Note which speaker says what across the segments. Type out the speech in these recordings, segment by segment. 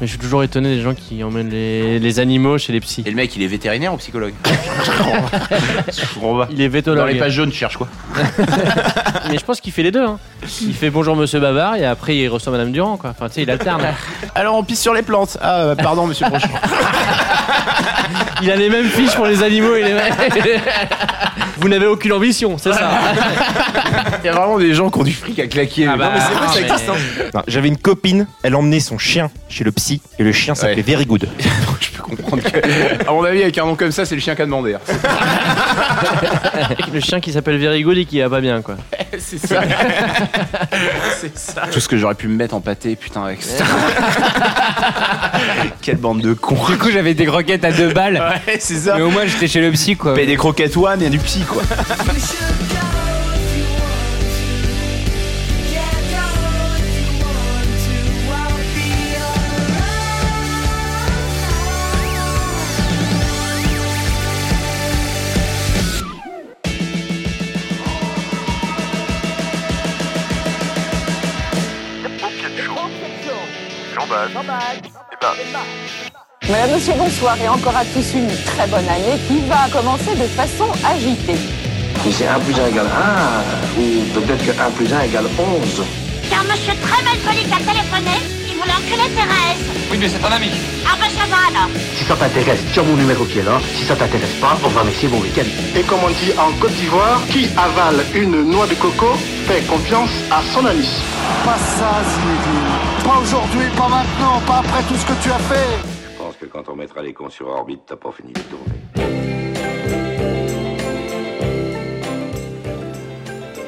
Speaker 1: Mais je suis toujours étonné des gens qui emmènent les, les animaux chez les psys.
Speaker 2: Et le mec, il est vétérinaire ou psychologue Je comprends pas.
Speaker 1: Il est
Speaker 2: Dans
Speaker 1: vétologue.
Speaker 2: les pages jaunes, tu cherches quoi
Speaker 1: Mais je pense qu'il fait les deux. hein. Il fait bonjour monsieur Bavard et après il reçoit madame Durand. Quoi. Enfin, tu sais, il alterne.
Speaker 3: Alors on pisse sur les plantes. Ah, euh, pardon, monsieur Prochon.
Speaker 1: Il a les mêmes fiches pour les animaux et les Vous n'avez aucune ambition, c'est ça
Speaker 2: Il y a vraiment des gens qui ont du fric à claquer.
Speaker 1: Ah bah,
Speaker 2: Non, mais c'est vrai,
Speaker 1: non,
Speaker 2: ça
Speaker 1: mais-
Speaker 2: existe, hein.
Speaker 4: Non, J'avais une copine, elle emmenait son chien chez le psy et le chien s'appelait
Speaker 2: Ouais.
Speaker 4: Very Good.
Speaker 2: Je peux comprendre que. À mon avis, avec un nom comme ça, c'est le chien qu'a demandé. hein.
Speaker 1: hein. Le chien qui s'appelle Verigold et qui va pas bien, quoi.
Speaker 2: C'est ça. c'est ça. Tout ce que j'aurais pu me mettre en pâté, putain, avec ça. Quelle bande de cons.
Speaker 5: Du coup, j'avais des croquettes à deux balles.
Speaker 2: Ouais, c'est ça.
Speaker 5: Mais au moins, j'étais chez le psy, quoi.
Speaker 3: Paye des croquettes one et du psy, quoi.
Speaker 6: Madame, monsieur, bonsoir et encore à tous une très bonne année qui va commencer de façon agitée.
Speaker 7: Si c'est 1 plus 1 égale 1, ou peut-être que 1 plus 1 égale 11.
Speaker 8: C'est un monsieur très malpoli qui a téléphoné, il voulait enculer Thérèse. Oui, mais c'est ton ami. Ah ben ça va alors.
Speaker 7: Si ça t'intéresse, tu as mon numéro qui est là. Si ça t'intéresse pas, on va laisser mon week-end. Et comme on dit en Côte d'Ivoire, qui avale une noix de coco fait confiance à son ami.
Speaker 9: Pas ça, Zinédine. Pas aujourd'hui, pas maintenant, pas après tout ce que tu as fait.
Speaker 7: Je pense que quand on mettra les cons sur orbite, t'as pas fini de tourner.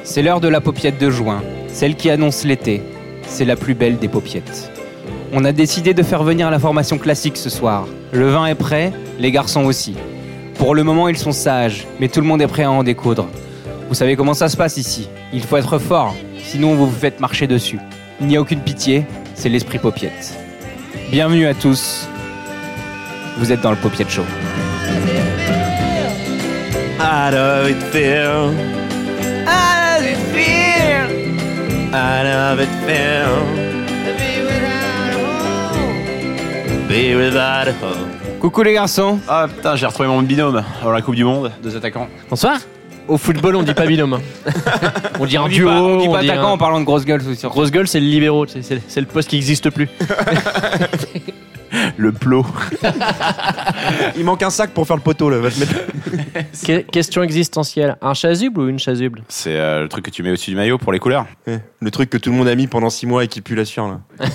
Speaker 5: C'est l'heure de la paupiette de juin, celle qui annonce l'été. C'est la plus belle des paupiettes. On a décidé de faire venir la formation classique ce soir. Le vin est prêt, les garçons aussi. Pour le moment, ils sont sages, mais tout le monde est prêt à en découdre. Vous savez comment ça se passe ici. Il faut être fort, sinon vous vous faites marcher dessus. Il n'y a aucune pitié, c'est l'esprit paupiette. Bienvenue à tous. Vous êtes dans le paupiette show.
Speaker 3: How does it feel? How does it feel? How does it feel? Be without a home.
Speaker 5: Coucou les garçons.
Speaker 3: Ah putain, j'ai retrouvé mon binôme avant la Coupe du Monde, deux attaquants.
Speaker 1: Bonsoir Au football, on dit pas binôme. On dit un
Speaker 5: hein. On dit
Speaker 1: duo,
Speaker 5: pas, on dit
Speaker 1: on
Speaker 5: pas
Speaker 1: dit
Speaker 5: attaquant
Speaker 1: un-
Speaker 5: en parlant de grosse gueule sous sur.
Speaker 1: Grosse gueule, c'est le libéraux, tu sais, c'est c'est le poste qui n'existe plus.
Speaker 3: Le plot.
Speaker 4: Il manque un sac pour faire le poteau là. Va te mettre-
Speaker 1: Que- question existentielle un chasuble ou une chasuble
Speaker 2: C'est euh, le truc que tu mets au-dessus du maillot pour les couleurs.
Speaker 4: Ouais, Le truc que tout le monde a mis pendant 6 mois et qui pue la sueur là.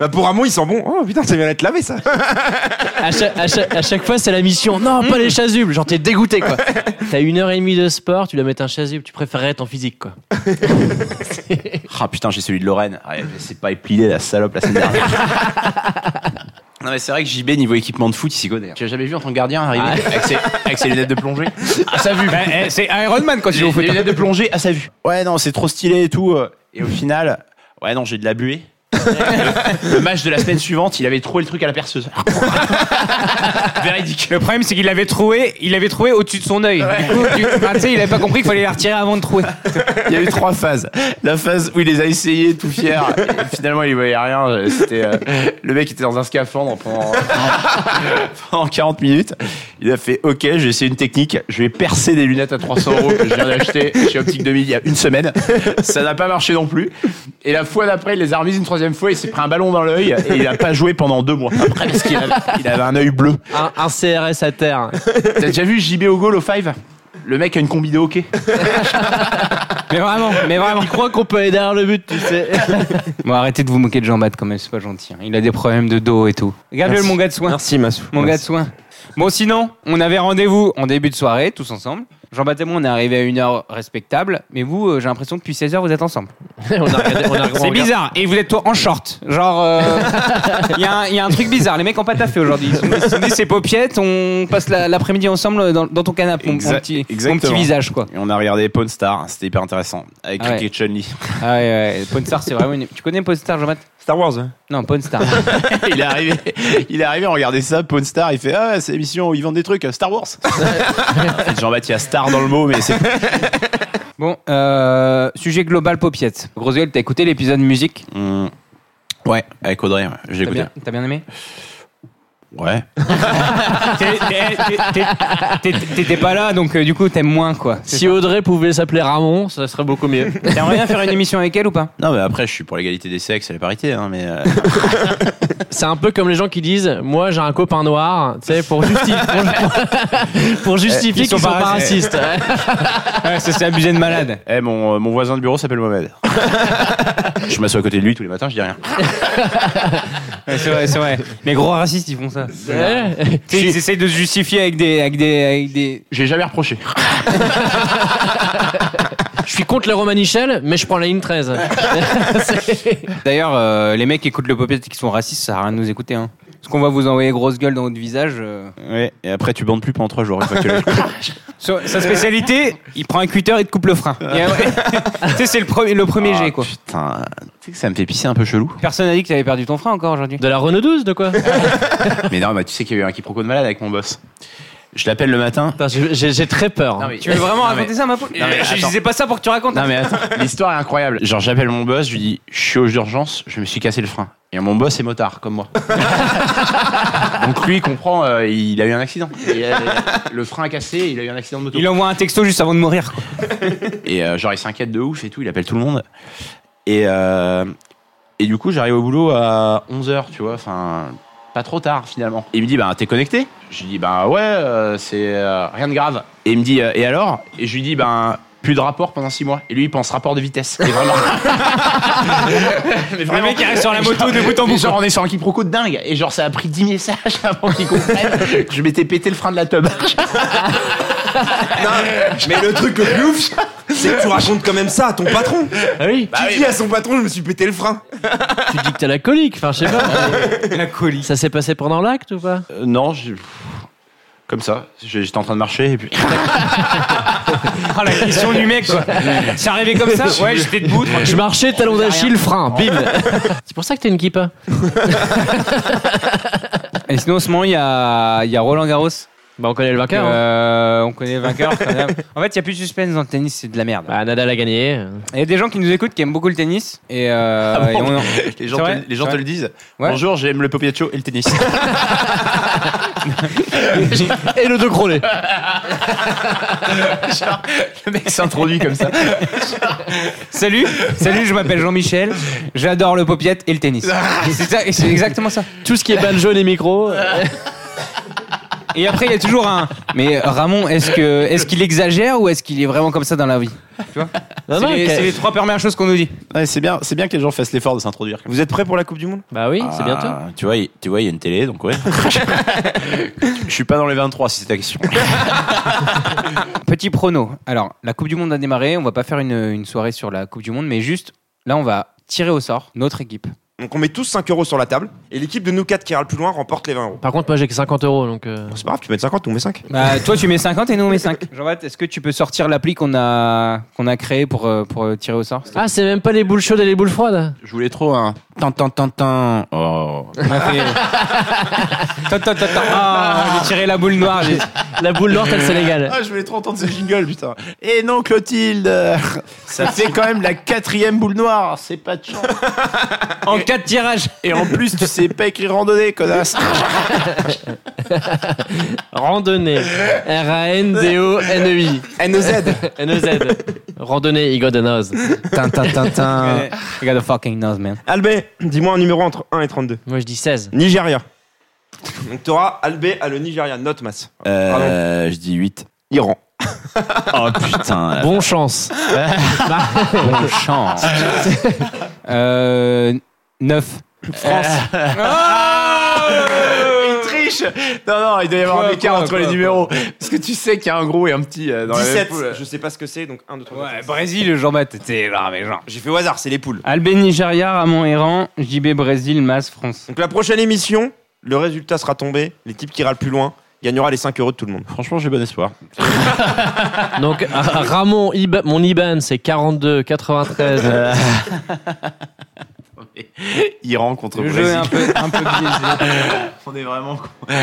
Speaker 4: bah pour Ramon il sent bon. Oh putain ça vient d'être lavé ça.
Speaker 1: à, cha- à cha- à chaque fois, c'est la mission. Non, pas les chasubles, genre t'es dégoûté, quoi. T'as une heure et demie de sport, tu dois mettre un chasuble, tu préférerais être en physique, quoi.
Speaker 2: Ah putain, j'ai celui de Lorraine. Ah, c'est pas épilé la salope la semaine dernière. Non mais c'est vrai que JB niveau équipement de foot il s'y connaît. hein. Ah, Tu as jamais vu en tant que gardien arriver avec, ses, avec ses lunettes de plongée à sa vue.
Speaker 5: Ben, eh, C'est Iron Man quand il
Speaker 2: Les,
Speaker 5: joue au foot.
Speaker 2: les lunettes de plongée à sa vue. Ouais non c'est trop stylé et tout. euh, Et au final, ouais non j'ai de la buée. le, le match de la semaine suivante, il avait trouvé le truc à la perceuse. Véridique.
Speaker 5: Le problème, c'est qu'il l'avait troué, il l'avait trouvé au-dessus de son œil. Du coup, tu, ah, tu sais, il avait pas compris qu'il fallait la retirer avant de trouer.
Speaker 2: Il y a eu trois phases. La phase où il les a essayés tout fier. Et finalement, il voyait rien. C'était euh, le mec était dans un scaphandre pendant, pendant 40 minutes. Il a fait OK, j'ai essayé une technique. Je vais percer des lunettes à 300 euros que je viens d'acheter chez Optique 2000 il y a une semaine. Ça n'a pas marché non plus. Et la fois d'après, il les a remises une troisième fois. Il s'est pris un ballon dans l'œil et il a pas joué pendant deux mois. Après, parce qu'il avait, il avait un œil bleu.
Speaker 1: Un, un CRS à terre.
Speaker 2: T'as déjà vu JB au goal au 5 Le mec a une combi de hockey.
Speaker 5: Mais vraiment, mais vraiment.
Speaker 1: Il croit qu'on peut aller derrière le but, tu sais.
Speaker 5: Bon, arrêtez de vous moquer de Jean-Baptiste quand même, c'est pas gentil. hein. Il a des problèmes de dos et tout. Regarde-le,
Speaker 4: Merci.
Speaker 5: mon gars de soin.
Speaker 4: Merci Massou.
Speaker 5: Mon gars de soin. Bon, sinon, on avait rendez-vous en début de soirée, tous ensemble. Jean-Baptiste et moi, on est arrivé à une heure respectable. Mais vous, euh, j'ai l'impression que depuis 16 heures, vous êtes ensemble.
Speaker 1: on a regardé, on a- on
Speaker 5: C'est
Speaker 1: regarde-
Speaker 5: bizarre. Et vous êtes toi en short. Genre, euh, il y, a un- il y a un truc bizarre. Les mecs ont pas taffé aujourd'hui. Ils se sont dit- ils se sont dit, c'est paupiètes. On passe la- l'après-midi ensemble dans, dans ton canapé, mon, mon
Speaker 2: Exact-
Speaker 5: petit, mon
Speaker 2: exactement.
Speaker 5: petit visage, quoi.
Speaker 2: Et on a regardé Pawn Star, c'était hyper intéressant. Avec
Speaker 5: Ah ouais.
Speaker 2: Rick et Chun-Li.
Speaker 5: Ah ouais, ouais. Pawn Star, c'est vraiment une. Tu connais Pawn Star, Jean-Baptiste
Speaker 4: Star Wars. hein.
Speaker 5: Non, Pawn Star.
Speaker 2: il est arrivé, il est arrivé, on regardait ça, Pawn Star, il fait Ah, c'est l'émission où ils vendent des trucs, Star Wars. En fait, Jean-Baptiste, il y a Star dans le mot, mais c'est. Mm.
Speaker 5: Bon, euh, sujet global paupiette. Groseille, t'as écouté l'épisode musique
Speaker 2: Ouais, avec Audrey, ouais, j'ai
Speaker 5: T'as
Speaker 2: écouté.
Speaker 5: bien, t'as bien aimé
Speaker 2: Ouais.
Speaker 5: T'es- t'es- t'es- t'es- T'étais pas là, donc euh, du coup, t'aimes moins, quoi.
Speaker 1: Si Audrey pouvait s'appeler Ramon, ça serait beaucoup mieux.
Speaker 5: T'aimerais bien faire une émission avec elle ou pas
Speaker 2: Non, mais après, je suis pour l'égalité des sexes et la parité, hein, mais. euh,
Speaker 1: C'est un peu comme les gens qui disent Moi j'ai un copain noir, tu sais, pour, justi- pour- pour justifier
Speaker 5: Ils sont
Speaker 1: qu'ils Eh, sont
Speaker 5: pas
Speaker 1: pas racistes.
Speaker 5: ouais, Ça, c'est abusé de malade.
Speaker 2: Eh, mon, euh, mon voisin de bureau s'appelle Mohamed. je m'assois à côté de lui tous les matins, je dis rien.
Speaker 5: Ouais, c'est vrai, c'est vrai. Les gros racistes, ils font ça.
Speaker 1: Ouais.
Speaker 5: Tu sais, Ils essayent de se justifier avec des, avec des, avec des.
Speaker 2: J'ai jamais reproché.
Speaker 1: Je suis contre les Romanichel, mais je prends la ligne 13. C'est-
Speaker 5: D'ailleurs, euh, les mecs qui écoutent le podcast et qui sont racistes, ça sert à rien de nous écouter. Hein. Parce qu'on va vous envoyer grosse gueule dans votre visage. euh.
Speaker 2: Ouais, et après, tu bandes plus pendant trois jours. une fois que tu l'as écouté.
Speaker 5: Sur- sa spécialité, il prend un cutter et te coupe le frein. Et après- tu sais, c'est le premier, le premier
Speaker 2: Ah,
Speaker 5: jet, quoi.
Speaker 2: Putain, tu sais que ça me fait pisser un peu chelou.
Speaker 5: Personne n'a dit que t'avais perdu ton frein encore aujourd'hui.
Speaker 1: De la Renault 12, de quoi
Speaker 2: mais non, bah, tu sais qu'il y a eu un quiproquo de malade avec mon boss. Je l'appelle le matin.
Speaker 1: Putain, j'ai- J'ai j'ai très peur. hein.
Speaker 5: Tu veux vraiment
Speaker 2: Non, mais-
Speaker 5: raconter ça, ma poule
Speaker 2: mais
Speaker 5: Je
Speaker 2: attends.
Speaker 5: disais pas ça pour que tu racontes.
Speaker 2: Non mais attends, l'histoire est incroyable. Genre j'appelle mon boss, je lui dis je suis aux urgences, je me suis cassé le frein. Et mon boss est motard comme moi. Donc lui il comprend, euh, il a eu un accident. Il a- le frein a cassé, il a eu un accident de moto.
Speaker 5: Il envoie un texto juste avant de mourir. Quoi.
Speaker 2: Et euh, genre il s'inquiète de ouf et tout, il appelle tout le monde. Et euh, et du coup j'arrive au boulot à 11h, tu vois, enfin pas trop tard finalement. Et il me dit bah t'es connecté Je lui dis bah ouais, euh, c'est euh, rien de grave. Et il me dit euh, et alors Et je lui dis bah plus de rapport pendant 6 mois. Et lui il pense rapport de vitesse. Et vraiment. Mais
Speaker 5: Le
Speaker 2: vraiment.
Speaker 5: mec qui arrive sur la moto de bout en
Speaker 2: Mais
Speaker 5: bout.
Speaker 2: genre on est sur un quiproquo de dingue et genre ça a pris 10 messages avant qu'il comprenne que je m'étais pété le frein de la tub.
Speaker 4: Mais le truc le plus ouf, c'est que tu racontes quand même ça à ton patron.
Speaker 1: Ah oui,
Speaker 4: tu dis à son patron, je me suis pété le frein.
Speaker 1: tu dis que t'as la colique, enfin je sais pas.
Speaker 5: La colis.
Speaker 1: Ça s'est passé pendant l'acte ou pas
Speaker 2: Euh, non, j'ai- comme ça, j'étais en train de marcher et puis
Speaker 5: Ah, la question du mec, quoi. C'est arrivé comme ça Ouais, j'étais debout.
Speaker 1: Je marchais, talon d'Achille, frein, bim C'est pour ça que t'es une kippa.
Speaker 5: Et sinon, en ce moment, il y a, il y a Roland Garros.
Speaker 1: Bah on connaît le vainqueur. hein.
Speaker 5: Euh, on connaît le vainqueur. quand même. En fait, il n'y a plus de suspense dans le tennis, c'est de la merde.
Speaker 1: Bah Nadal a gagné.
Speaker 5: Il y a des gens qui nous écoutent qui aiment beaucoup le tennis. Et, euh,
Speaker 2: Ah bon
Speaker 5: et on-
Speaker 2: les
Speaker 5: C'est vrai C'est vrai
Speaker 2: disent.
Speaker 5: Ouais.
Speaker 2: j'aime le popiacho et le tennis.
Speaker 1: Et le deux crôlés.
Speaker 2: le mec s'introduit comme ça.
Speaker 5: Salut, salut, je m'appelle Jean-Michel. J'adore le popiette et le tennis.
Speaker 2: Ah.
Speaker 5: C'est ça, et c'est exactement ça.
Speaker 1: Tout ce qui est balle jaune et micro. euh,
Speaker 5: Et après, il y a toujours un. Mais Ramon, est-ce que est-ce qu'il exagère ou est-ce qu'il est vraiment comme ça dans la vie Tu vois
Speaker 1: Non,
Speaker 5: C'est
Speaker 1: non,
Speaker 5: les,
Speaker 1: ok.
Speaker 5: c'est les trois premières choses qu'on nous dit.
Speaker 2: c'est bien, c'est bien que les gens fassent l'effort de s'introduire.
Speaker 4: Vous êtes prêts pour la Coupe du Monde
Speaker 1: Bah oui, c'est bientôt.
Speaker 2: Ah, Tu vois, il- tu vois, il y a une télé, donc ouais. Je suis pas dans les 23 si c'est ta question.
Speaker 5: Petit prono. Alors, la Coupe du Monde a démarré. On va pas faire une, une soirée sur la Coupe du Monde, mais juste là, on va tirer au sort notre équipe.
Speaker 4: Donc on met tous 5 euros sur la table et l'équipe de nous 4 qui ira le plus loin remporte les 20 euros.
Speaker 1: Par contre, moi j'ai que 50 euros donc. euh,
Speaker 4: C'est pas grave, tu mets 50, on met 5.
Speaker 5: Bah, toi, tu mets 50 et nous, on met 5. Jean-Baptiste, est-ce que tu peux sortir l'appli qu'on a, qu'on a créée pour, euh, pour euh, tirer au sort
Speaker 1: Ah, c'est même pas les boules chaudes et les boules froides. hein.
Speaker 2: Je voulais trop un. Tant, tant, tant, tant. Oh.
Speaker 5: On a fait- Attends, attends, attends. Ah, j'ai tiré la boule noire. j'ai-
Speaker 1: La boule noire, t'as le Sénégal.
Speaker 2: Ah, je voulais trop entendre ce jingle, putain. Et non, Clotilde Ça fait quand même la quatrième boule noire, c'est pas de chance.
Speaker 5: En cas de tirage.
Speaker 2: Et en plus, tu sais pas écrire randonnée, connasse.
Speaker 1: Randonnée. R-A-N-D-O-N-E-I.
Speaker 4: NEZ
Speaker 1: N-E-Z. E Randonnée, he got a nose.
Speaker 4: Tintin, Tintin.
Speaker 5: You got a fucking nose, man.
Speaker 4: Albé, dis-moi un numéro entre 1 et 32.
Speaker 1: Moi je dis 16.
Speaker 4: Nigeria. Donc t'auras Albé à le Nigeria, note masse.
Speaker 2: Euh, je dis 8.
Speaker 4: Iran.
Speaker 2: Oh putain.
Speaker 1: Bon chance.
Speaker 5: Bonne chance. euh, 9. France.
Speaker 2: Il triche Non, non, il doit y avoir
Speaker 5: Ah, Quoi,
Speaker 2: un écart
Speaker 5: quoi,
Speaker 2: entre
Speaker 5: quoi,
Speaker 2: les
Speaker 5: quoi.
Speaker 2: numéros. Parce que tu sais qu'il y a un gros et un petit euh, dans la même
Speaker 4: 17.
Speaker 2: poule.
Speaker 4: Je sais pas ce que c'est, donc 1, 2, 3.
Speaker 5: Ouais, Brésil, Jean-Baptiste. T'es là, mais genre.
Speaker 4: J'ai fait au hasard, c'est les poules.
Speaker 5: Albé, Nigeria, Ramon, Iran, JB, Brésil, Mas, France.
Speaker 4: Donc la prochaine émission, le résultat sera tombé. L'équipe qui ira le plus loin gagnera les 5 euros de tout le monde.
Speaker 2: Franchement, j'ai bon espoir.
Speaker 1: Donc, Ra- Ramon, Iba- mon IBAN c'est 42 93. euh,
Speaker 2: Iran contre
Speaker 5: Le
Speaker 2: Brésil.
Speaker 5: jeu est un peu, un peu biaisé.
Speaker 2: On est vraiment, con.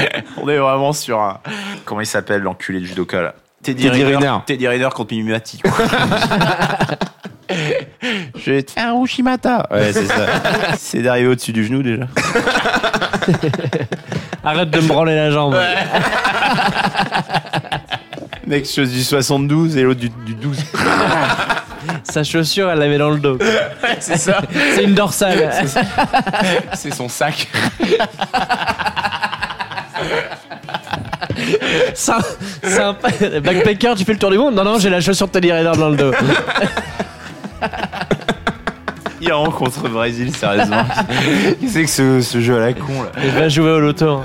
Speaker 2: on est vraiment sur un. Comment il s'appelle l'enculé de judoka là Teddy,
Speaker 4: Teddy
Speaker 2: Riner.
Speaker 4: Riner.
Speaker 2: Teddy Riner contre Mimimati. Je vais te faire un Ushimata. Ouais, c'est ça. c'est d'arriver au-dessus du genou déjà.
Speaker 1: Arrête de me branler la jambe.
Speaker 2: Mec, chose du 72 et l'autre du, du 12.
Speaker 1: Sa chaussure, elle la met dans le dos.
Speaker 2: c'est ça.
Speaker 1: C'est une dorsale.
Speaker 2: C'est son sac.
Speaker 1: C'est un, c'est un pa- backpacker, tu fais le tour du monde. Non, non, j'ai la chaussure de Teddy Riner dans le dos.
Speaker 2: Iran contre Brésil, sérieusement. Qu'est-ce que c'est que ce, ce jeu à la con là
Speaker 1: Et va jouer au loto. hein.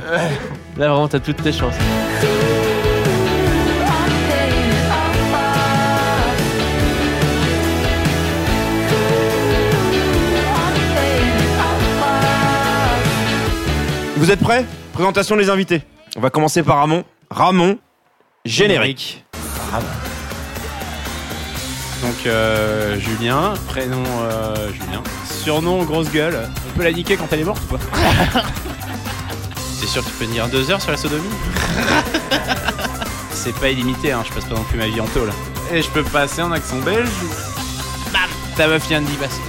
Speaker 1: Là, vraiment, t'as toutes tes chances.
Speaker 4: Vous êtes prêts Présentation des invités. On va commencer par Ramon. Ramon, générique.
Speaker 10: Donc euh, Julien, prénom euh, Julien, surnom grosse gueule. On peut la niquer quand elle est morte ou pas C'est sûr que tu peux tenir deux heures sur la sodomie C'est pas illimité, hein, je passe pas non plus ma vie en tôle. Et je peux passer en accent belge ou... Bam Ta meuf vient de d'y passer.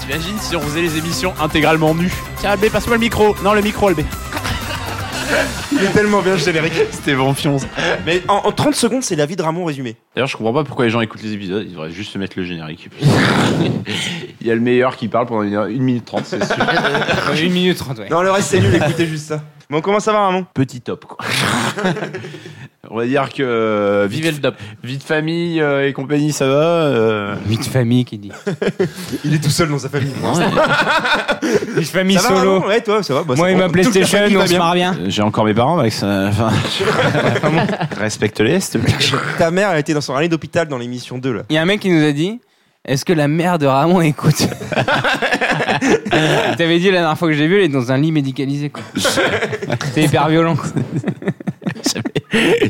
Speaker 10: T'imagines si on faisait les émissions intégralement nues Tiens Albé, passe-moi le micro Non, le micro Albé
Speaker 4: Il est tellement bien le générique.
Speaker 2: C'était bon fion.
Speaker 4: Mais en, en 30 secondes, c'est la vie de Ramon résumé.
Speaker 10: D'ailleurs, je comprends pas pourquoi les gens écoutent les épisodes, ils devraient juste se mettre le générique.
Speaker 2: Il y a le meilleur qui parle pendant une, heure- une minute trente, c'est sûr.
Speaker 5: Une minute trente, ouais.
Speaker 4: Non, le reste, c'est nul, écoutez juste ça. Bon, comment ça va, Ramon
Speaker 2: Petit top quoi. On va dire que euh, vie,
Speaker 1: Vivez le dop.
Speaker 2: de- vie de famille euh, et compagnie, ça va. euh,
Speaker 5: Vie de famille qui dit.
Speaker 4: Il est tout seul dans sa famille.
Speaker 5: Vie de famille
Speaker 4: ça va,
Speaker 5: solo.
Speaker 4: Ramon Ouais, toi, ça va. Bah,
Speaker 5: Moi
Speaker 4: c'est
Speaker 5: et
Speaker 4: bon.
Speaker 5: ma
Speaker 4: Toute la
Speaker 5: PlayStation,
Speaker 4: famille va
Speaker 5: on se
Speaker 4: bien.
Speaker 5: marre bien.
Speaker 2: J'ai encore mes parents, Max. euh, Enfin, respecte-les, s'il te plaît.
Speaker 4: Ta mère, elle était dans son rallye d'hôpital dans l'émission 2, là.
Speaker 5: Il y a un mec qui nous a dit Est-ce que la mère de Ramon écoute T'avais dit la dernière fois que j'ai vu, elle est dans un lit médicalisé. quoi. C'est hyper violent. quoi.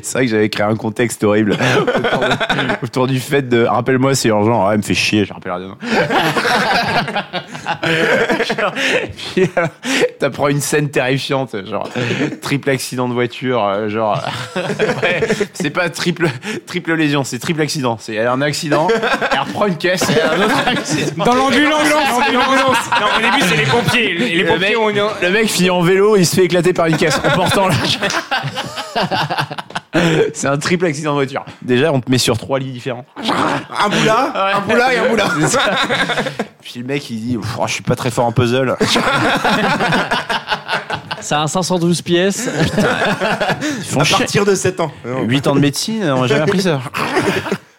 Speaker 2: C'est vrai que j'avais créé un contexte horrible autour, de- autour du fait de rappelle-moi c'est urgent, ah, elle me fait chier, je rappellerai demain. Genre, puis, euh, T'apprends une scène terrifiante, genre triple accident de voiture, euh, genre ouais, c'est pas triple triple lésion, c'est triple accident, c'est elle a un accident, elle reprend une caisse, elle a un autre accident.
Speaker 5: Dans l'ambulance
Speaker 10: non, au début, c'est les pompiers. Les
Speaker 2: Le mec, le mec finit en vélo, il se fait éclater par une caisse en portant l'âge. C'est un triple accident de voiture. Déjà, on te met sur trois lits différents.
Speaker 4: Un bout là, un bout là et un bout là.
Speaker 2: Puis le mec il dit Pff, oh, Je suis pas très fort en puzzle.
Speaker 1: Ça a 512 pièces.
Speaker 2: Ils font
Speaker 4: À
Speaker 2: chier.
Speaker 4: partir de 7 ans.
Speaker 2: 8 ans de médecine, on n'a jamais appris ça.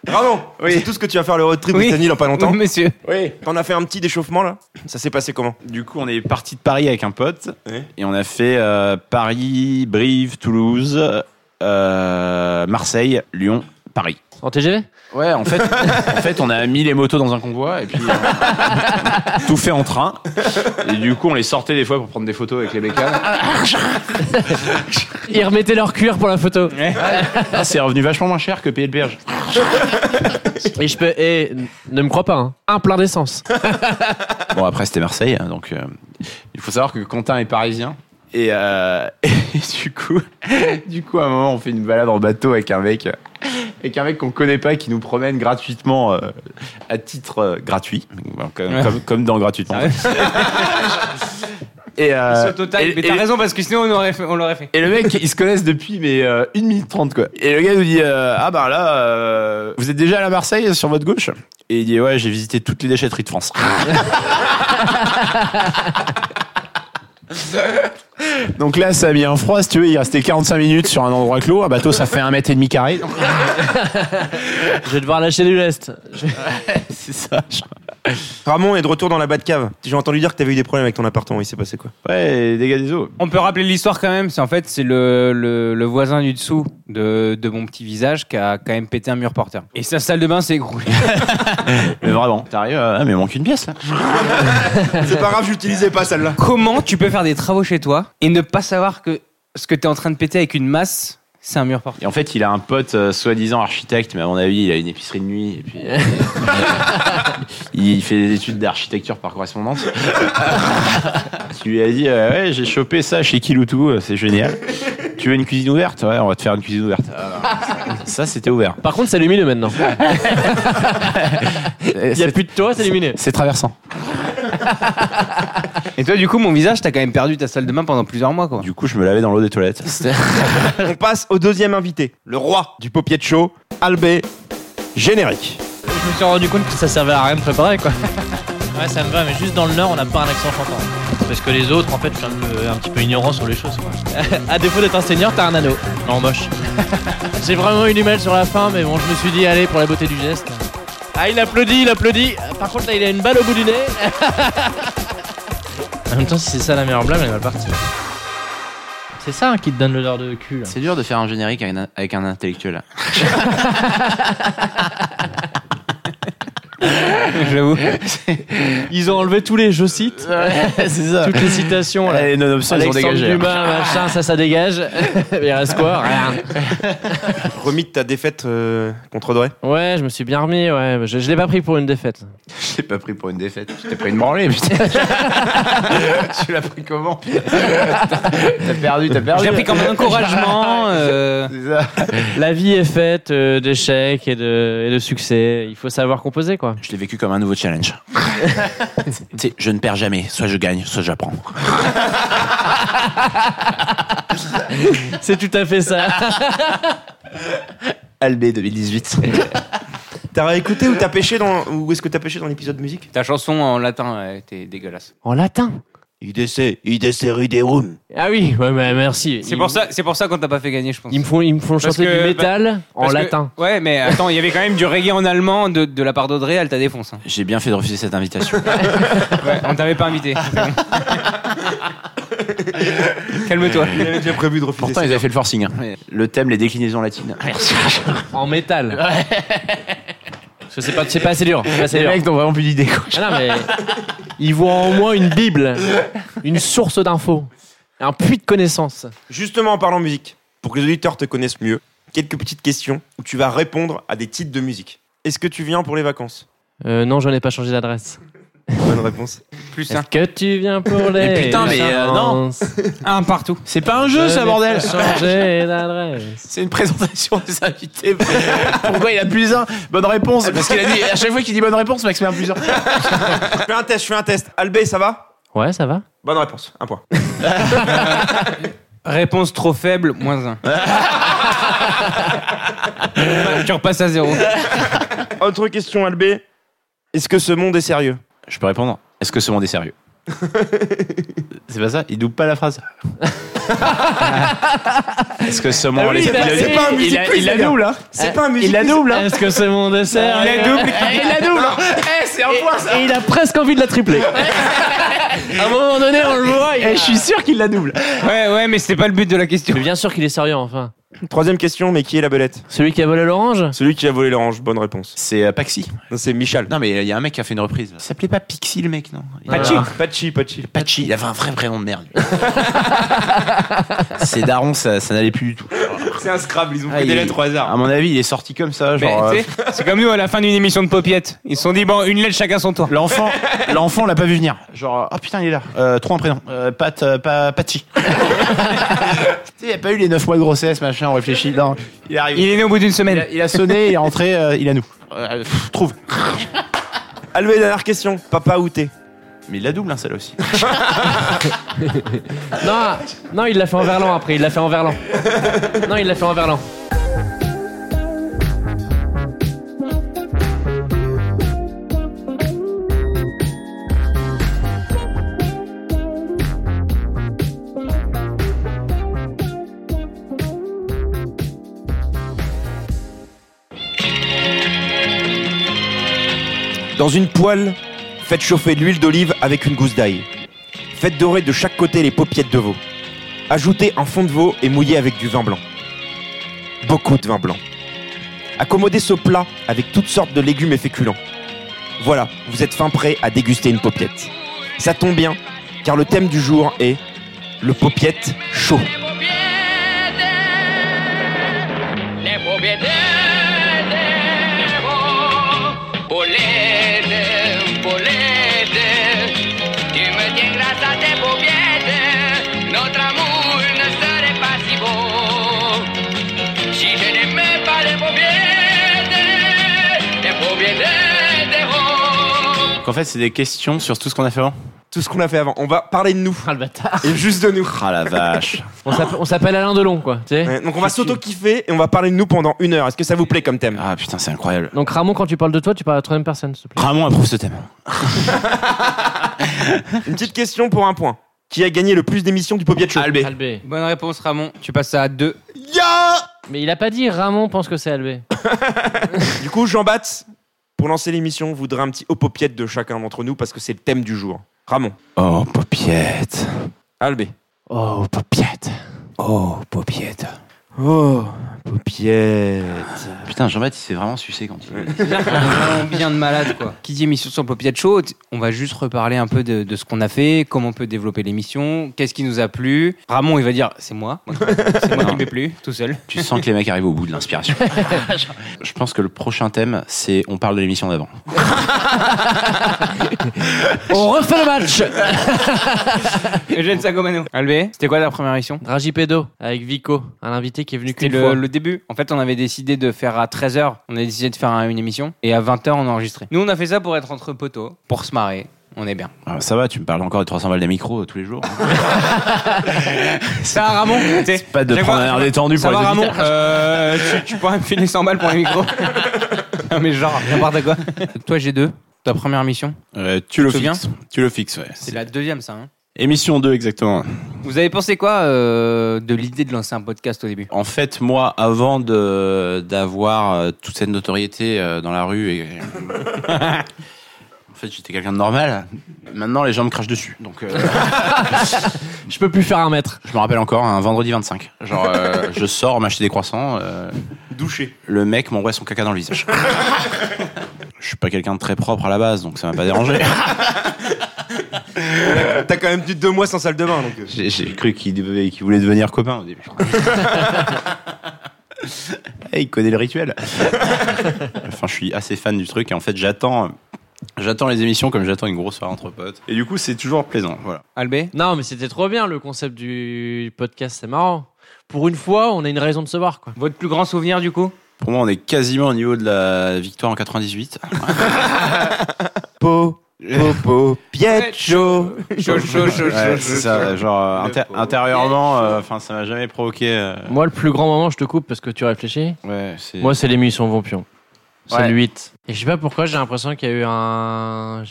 Speaker 4: Ramon, c'est tout ce que tu vas faire le road trip
Speaker 5: Oui.
Speaker 4: Britannique dans pas longtemps.
Speaker 5: Oui, monsieur.
Speaker 4: Oui. T'en as fait un petit déchauffement là Ça s'est passé comment
Speaker 2: Du coup, on est parti de Paris avec un pote
Speaker 4: Ouais.
Speaker 2: et on a fait euh, Paris, Brive, Toulouse, euh, Marseille, Lyon, Paris.
Speaker 1: En TGV
Speaker 2: Ouais, en fait, en fait, on a mis les motos dans un convoi et puis euh, tout fait en train. Et du coup, on les sortait des fois pour prendre des photos avec les bécanes.
Speaker 1: Ils remettaient leur cuir pour la photo.
Speaker 2: Ah, c'est revenu vachement moins cher que payer le péage.
Speaker 1: Et je peux. Et ne me crois pas, hein. un plein d'essence.
Speaker 2: Bon, après, c'était Marseille, hein, donc euh, il faut savoir que Quentin est parisien. Et, euh, et du coup, du coup, à un moment, on fait une balade en bateau avec un mec, euh, avec un mec qu'on connaît pas, qui nous promène gratuitement euh, à titre euh, gratuit, Donc, comme,
Speaker 5: Ouais.
Speaker 2: comme- comme dans gratuitement. et, euh,
Speaker 5: Soit total,
Speaker 2: et-
Speaker 5: mais
Speaker 2: et-
Speaker 5: t'as raison parce que sinon on, aurait fait- on l'aurait fait.
Speaker 2: et le mec, ils se connaissent depuis mais euh, une minute trente quoi. Et le gars nous dit euh, ah bah là euh, vous êtes déjà à la Marseille sur votre gauche Et il dit ouais j'ai visité toutes les déchetteries de France. Donc là ça a mis un froid si tu veux il restait 45 minutes sur un endroit clos un bateau ça fait un mètre et demi carré.
Speaker 1: Je vais devoir lâcher du lest.
Speaker 2: C'est ça. je-
Speaker 4: Ramon est de retour dans la Batcave. J'ai entendu dire que t'avais eu des problèmes avec ton appartement, il s'est passé quoi
Speaker 2: Ouais et dégâts des eaux.
Speaker 5: On peut rappeler l'histoire quand même. C'est en fait c'est le, le, le voisin du dessous de, de mon petit visage qui a quand même pété un mur porteur. Et sa salle de bain s'est écroulée.
Speaker 2: Mais vraiment t'arrives euh, ah, mais il manque une pièce là.
Speaker 4: C'est pas grave, j'utilisais pas celle-là.
Speaker 5: Comment tu peux faire des travaux chez toi et ne pas savoir que ce que t'es en train de péter avec une masse, c'est un mur porteur
Speaker 2: Et en fait il a un pote euh, soi-disant architecte mais à mon avis il a une épicerie de nuit et puis euh, il fait des études d'architecture par correspondance. tu lui as dit euh, ouais j'ai chopé ça chez Kiloutou euh, c'est génial. Tu veux une cuisine ouverte Ouais on va te faire une cuisine ouverte. Ah, non.
Speaker 11: Ça, c'était ouvert.
Speaker 1: Par contre, c'est lumineux maintenant.
Speaker 11: Il
Speaker 1: n'y a plus de toit, c'est lumineux.
Speaker 11: C'est traversant.
Speaker 5: Et toi, du coup, mon visage, t'as quand même perdu ta salle de bain pendant plusieurs mois, quoi.
Speaker 11: Du coup, je me lavais dans l'eau des toilettes. C'était-
Speaker 4: On passe au deuxième invité, le roi du popier de show, Albé. Générique.
Speaker 12: Je me suis rendu compte que ça servait à rien de préparer quoi. ouais, ça me va, mais juste dans le Nord, on n'a pas un accent chantant. Parce que les autres, en fait, je suis un, peu- un petit peu ignorant sur les choses quoi. à défaut d'être un seigneur, t'as un anneau. Non, moche. J'ai vraiment eu du mal sur la fin, mais bon, je me suis dit, allez, pour la beauté du geste. Ah, il applaudit, il applaudit. Par contre, là, il a une balle au bout du nez. en même temps, si c'est ça la meilleure blague, elle va partir. C'est ça hein, qui te donne l'odeur de cul.
Speaker 2: C'est dur de faire un générique avec un, avec un intellectuel.
Speaker 5: J'avoue.
Speaker 1: Ils ont enlevé tous les je cite.
Speaker 11: Ouais, c'est ça. Eh,
Speaker 1: Toutes les citations. là.
Speaker 11: Et non-obstant, ils hein. ont
Speaker 1: Alexandre
Speaker 11: dégagé.
Speaker 1: Dumas, machin, ça, ça dégage. Il reste quoi Rien.
Speaker 4: Remis de ta défaite euh, contre Doré.
Speaker 1: Ouais, je me suis bien remis, ouais. Je, je l'ai pas pris pour une défaite.
Speaker 11: Je l'ai pas pris pour une défaite. Je t'ai pris une branlée, putain. tu l'as pris comment putain T'as perdu, t'as perdu.
Speaker 5: J'ai pris comme un encouragement. euh,
Speaker 1: La vie est faite euh, d'échecs et de, et de succès. Il faut savoir composer, quoi.
Speaker 2: Je l'ai vécu comme un nouveau challenge. Tu sais, je ne perds jamais. Soit je gagne, soit j'apprends.
Speaker 1: C'est tout à fait ça.
Speaker 11: Albé 2018.
Speaker 4: T'as réécouté ou t'as pêché dans ou est-ce que t'as pêché dans l'épisode musique
Speaker 5: Ta chanson en latin ouais, était dégueulasse.
Speaker 1: En latin
Speaker 4: IDC, IDC Riderum.
Speaker 1: Ah oui, ouais, bah, merci.
Speaker 5: C'est
Speaker 1: Ils-
Speaker 5: pour ça, c'est pour ça qu'on t'a pas fait gagner, je pense.
Speaker 1: Ils me font, ils me font
Speaker 5: Parce
Speaker 1: chanter
Speaker 5: que-
Speaker 1: du métal
Speaker 5: bah,
Speaker 1: en
Speaker 5: parce que-
Speaker 1: latin.
Speaker 5: ouais, mais attends, il y avait quand même du reggae en allemand de, de la part d'Audrey, elle t'a défonce. hein.
Speaker 2: J'ai bien fait de refuser cette invitation.
Speaker 5: Ouais, on t'avait pas invité. C'est bon. Calme-toi.
Speaker 4: Il avait déjà prévu de refuser.
Speaker 2: Pourtant, ils avaient fait le forcing. hein.
Speaker 11: Le thème, les déclinaisons latines.
Speaker 2: Merci.
Speaker 1: En métal. Parce que c'est pas, c'est pas assez dur. c'est pas assez
Speaker 11: Les
Speaker 1: dur.
Speaker 11: mecs n'ont vraiment plus d'idée. quoi.
Speaker 1: Ah non, mais ils voient en moi une Bible, une source d'infos, un puits de connaissances.
Speaker 4: Justement, en parlant musique, pour que les auditeurs te connaissent mieux, quelques petites questions où tu vas répondre à des titres de musique. Est-ce que tu viens pour les vacances
Speaker 1: Euh, non, je n'ai pas changé d'adresse.
Speaker 4: Bonne réponse.
Speaker 5: Plus
Speaker 1: Est-ce
Speaker 5: ça.
Speaker 1: que tu viens pour les.
Speaker 2: Mais putain, mais, euh, non.
Speaker 1: vacances
Speaker 5: Un partout.
Speaker 11: C'est pas un
Speaker 1: Je n'ai pas changé d'adresse.
Speaker 11: C'est une présentation des invités. Pourquoi il a plus un Bonne réponse. Parce qu'il a dit à chaque fois qu'il dit bonne réponse, Max met un plus un.
Speaker 4: Je fais un test, je fais un test. Albé, ça va
Speaker 1: Ouais, ça va
Speaker 4: Bonne réponse, un point.
Speaker 5: Réponse trop faible, moins un. tu repasses à zéro.
Speaker 4: Autre question, Albé. Est-ce que ce monde est sérieux
Speaker 11: Je peux répondre. Est-ce que ce monde est sérieux C'est pas ça Il double pas la phrase. Est-ce que ce monde
Speaker 1: Ah oui,
Speaker 11: est
Speaker 1: bah
Speaker 11: il a-
Speaker 1: c'est pas
Speaker 11: il a-
Speaker 1: un music quiz,
Speaker 11: Il la
Speaker 1: les gars.
Speaker 11: double, hein
Speaker 4: C'est pas un musique.
Speaker 11: Il la double, hein
Speaker 1: Est-ce que c'est mon dessert
Speaker 11: Il la double.
Speaker 1: Il la double
Speaker 11: Eh, c'est un point ça
Speaker 1: Et il a presque envie de la tripler. À un moment donné, on le voit. il a-
Speaker 11: Eh, je suis sûr qu'il la double.
Speaker 5: Ouais, ouais, mais c'était pas le but de la question.
Speaker 1: Mais bien sûr qu'il est sérieux, enfin.
Speaker 11: hein.
Speaker 4: Troisième question, mais qui est la belette
Speaker 1: Celui qui a volé l'orange
Speaker 4: Celui qui a volé l'orange, bonne réponse.
Speaker 11: C'est euh, Paxi.
Speaker 4: Non, c'est Michel.
Speaker 2: Non, mais il y a un mec qui a fait une reprise. Il s'appelait pas Pixie, le mec, non Il-
Speaker 4: Pachi,
Speaker 1: Ah.
Speaker 4: Pachi, Pachi.
Speaker 2: Pachi, il avait un vrai prénom de merde. lui. Ses darons, ça, ça n'allait plus du tout.
Speaker 4: C'est un Scrabble, ils ont
Speaker 2: Ah, il-
Speaker 4: hasard.
Speaker 11: À mon avis, il est sorti comme ça,
Speaker 5: Mais,
Speaker 11: genre. euh,
Speaker 5: tu sais, C'est comme nous à la fin d'une émission de Popiette. Ils se sont dit, bon, une lettre chacun son tour.
Speaker 11: L'enfant, l'enfant l'a pas vu venir. Genre, oh putain, il est là. Euh, trop un prénom. Euh, Pat, euh, pa, Patchy. tu sais, il a pas eu les 9 mois de grossesse, machin, on réfléchit. Non, il est arrivé.
Speaker 5: Il est né au bout d'une
Speaker 11: Il
Speaker 5: semaine.
Speaker 11: a, il a sonné, il est rentré, euh, il a nous. Euh, pff, trouve.
Speaker 4: Albé, dernière question. Papa ou t'es
Speaker 11: Mais il la double, hein, celle-là aussi.
Speaker 1: Non, non, il l'a fait en verlan après, il l'a fait en verlan. Non, il l'a fait en verlan.
Speaker 4: Dans une poêle, faites chauffer de l'huile d'olive avec une gousse d'ail. Faites dorer de chaque côté les paupiettes de veau. Ajoutez un fond de veau et mouillez avec du vin blanc. Beaucoup de vin blanc. Accommodez ce plat avec toutes sortes de légumes et féculents. Voilà, vous êtes fin prêt à déguster une paupiette. Ça tombe bien, car le thème du jour est le paupiette chaud.
Speaker 6: Notre amour ne serait pas si beau si je n'aimais pas les
Speaker 11: qu'en fait, c'est des questions sur tout ce qu'on a fait avant.
Speaker 4: Tout ce qu'on a fait avant. On va parler de nous.
Speaker 1: Ah le bâtard.
Speaker 4: Et juste de nous.
Speaker 11: Ah la vache.
Speaker 1: On s'appelle- on s'appelle Alain Delon, quoi. tu sais.
Speaker 4: Ouais, donc on va s'auto-kiffer et on va parler de nous pendant une heure. Est-ce que ça vous plaît comme thème
Speaker 11: Ah putain, c'est incroyable.
Speaker 1: Donc Ramon, quand tu parles de toi, tu parles à la troisième personne, s'il te plaît.
Speaker 11: Ramon approuve ce thème.
Speaker 4: Une petite question pour un point. Qui a gagné le plus d'émissions du Popier de Show Albé.
Speaker 1: Albé.
Speaker 5: Bonne réponse, Ramon. Tu passes à 2.
Speaker 1: Mais il a pas dit Ramon pense que c'est Albé.
Speaker 4: Du coup, Jean Bat, pour lancer l'émission, voudrait un petit opopiette de chacun d'entre nous parce que c'est le thème du jour. Ramon.
Speaker 2: Oh, Popiette.
Speaker 4: Albé.
Speaker 2: Oh, Popiette. Oh, Popiette.
Speaker 4: Oh, Popiette.
Speaker 2: Putain, Jean-Baptiste, il s'est vraiment sucé quand il.
Speaker 5: vraiment bien de malade quoi. Qui dit émission sur Popiat Show, t- on va juste reparler un peu de, de ce qu'on a fait, comment on peut développer l'émission, qu'est-ce qui nous a plu. Ramon il va dire c'est moi, Moi, c'est moi qui m'ai plu, tout seul.
Speaker 2: Tu sens que les mecs arrivent au bout de l'inspiration. Je pense que le prochain thème, c'est on parle de l'émission d'avant.
Speaker 1: On refait le match
Speaker 5: Eugène Sagomano. Albé, c'était quoi ta première émission
Speaker 1: Dragi Pédo avec Vico, un invité qui est venu
Speaker 5: C'était
Speaker 1: qu'une
Speaker 5: le,
Speaker 1: fois.
Speaker 5: le début. En fait, on avait décidé de faire à 13h, on a décidé de faire un- une émission, et à 20h, on a enregistré. Nous, on a fait ça pour être entre poteaux, pour se marrer. On est bien.
Speaker 2: Ah, ça va, tu me parles encore de 300 balles des micros euh, tous les jours. hein.
Speaker 5: Ça, Ramon C'est
Speaker 2: pas de prendre un air détendu
Speaker 5: Ça
Speaker 2: pour
Speaker 5: va,
Speaker 2: les
Speaker 5: Ramon
Speaker 2: auditeurs.
Speaker 5: Euh, tu, tu pourrais me filer 100 balles pour les micros Non, mais genre, n'importe quoi. Toi, j'ai deux. Ta première mission
Speaker 2: Euh, tu le
Speaker 5: Te souviens
Speaker 2: fixes. Tu le fixes, ouais.
Speaker 5: C'est la deuxième, ça. hein.
Speaker 2: Émission 2, exactement.
Speaker 5: Vous avez pensé quoi euh, de l'idée de lancer un podcast au début
Speaker 2: En fait, moi, avant de d'avoir euh, toute cette notoriété euh, dans la rue, et... en fait, j'étais quelqu'un de normal. Maintenant, les gens me crachent dessus. Donc, euh,
Speaker 1: Je peux plus faire un mètre.
Speaker 2: je me rappelle encore un vendredi 25. Genre, euh, je sors m'acheter des croissants. euh,
Speaker 4: Douché.
Speaker 2: le mec m'envoie son caca dans le visage. Je suis pas quelqu'un de très propre à la base, donc ça m'a pas dérangé.
Speaker 4: Euh, T'as quand même dû deux mois sans salle de bain. Donc... euh.
Speaker 2: J'ai- J'ai cru qu'il devait- qu'il voulait devenir copain au début. Eh, il connaît le rituel. enfin, je suis assez fan du truc et en fait, j'attends. J'attends les émissions comme j'attends une grosse soirée entre potes. Et du coup, c'est toujours plaisant. Voilà.
Speaker 5: Albé
Speaker 1: Non, mais c'était trop bien le concept du podcast, c'est marrant. Pour une fois, on a une raison de se voir, quoi.
Speaker 5: Votre plus grand souvenir, du coup
Speaker 2: Pour moi, on est quasiment au niveau de la victoire en 98.
Speaker 4: Po, po, po, piette chaud.
Speaker 5: Chaud, chaud, chaud,
Speaker 2: Ouais,
Speaker 5: chaud,
Speaker 2: c'est
Speaker 5: chaud.
Speaker 2: ça, genre euh,
Speaker 4: Le
Speaker 2: inté-
Speaker 4: pauvre.
Speaker 2: intérieurement, euh, enfin, ça m'a jamais provoqué. euh,
Speaker 1: Moi, le plus grand moment, je te coupe parce que tu réfléchis.
Speaker 2: ouais, c'est.
Speaker 1: Moi, c'est l'émission Vampion. C'est
Speaker 11: Ouais.
Speaker 1: le 8. Et je sais pas pourquoi, j'ai l'impression qu'il y a eu un,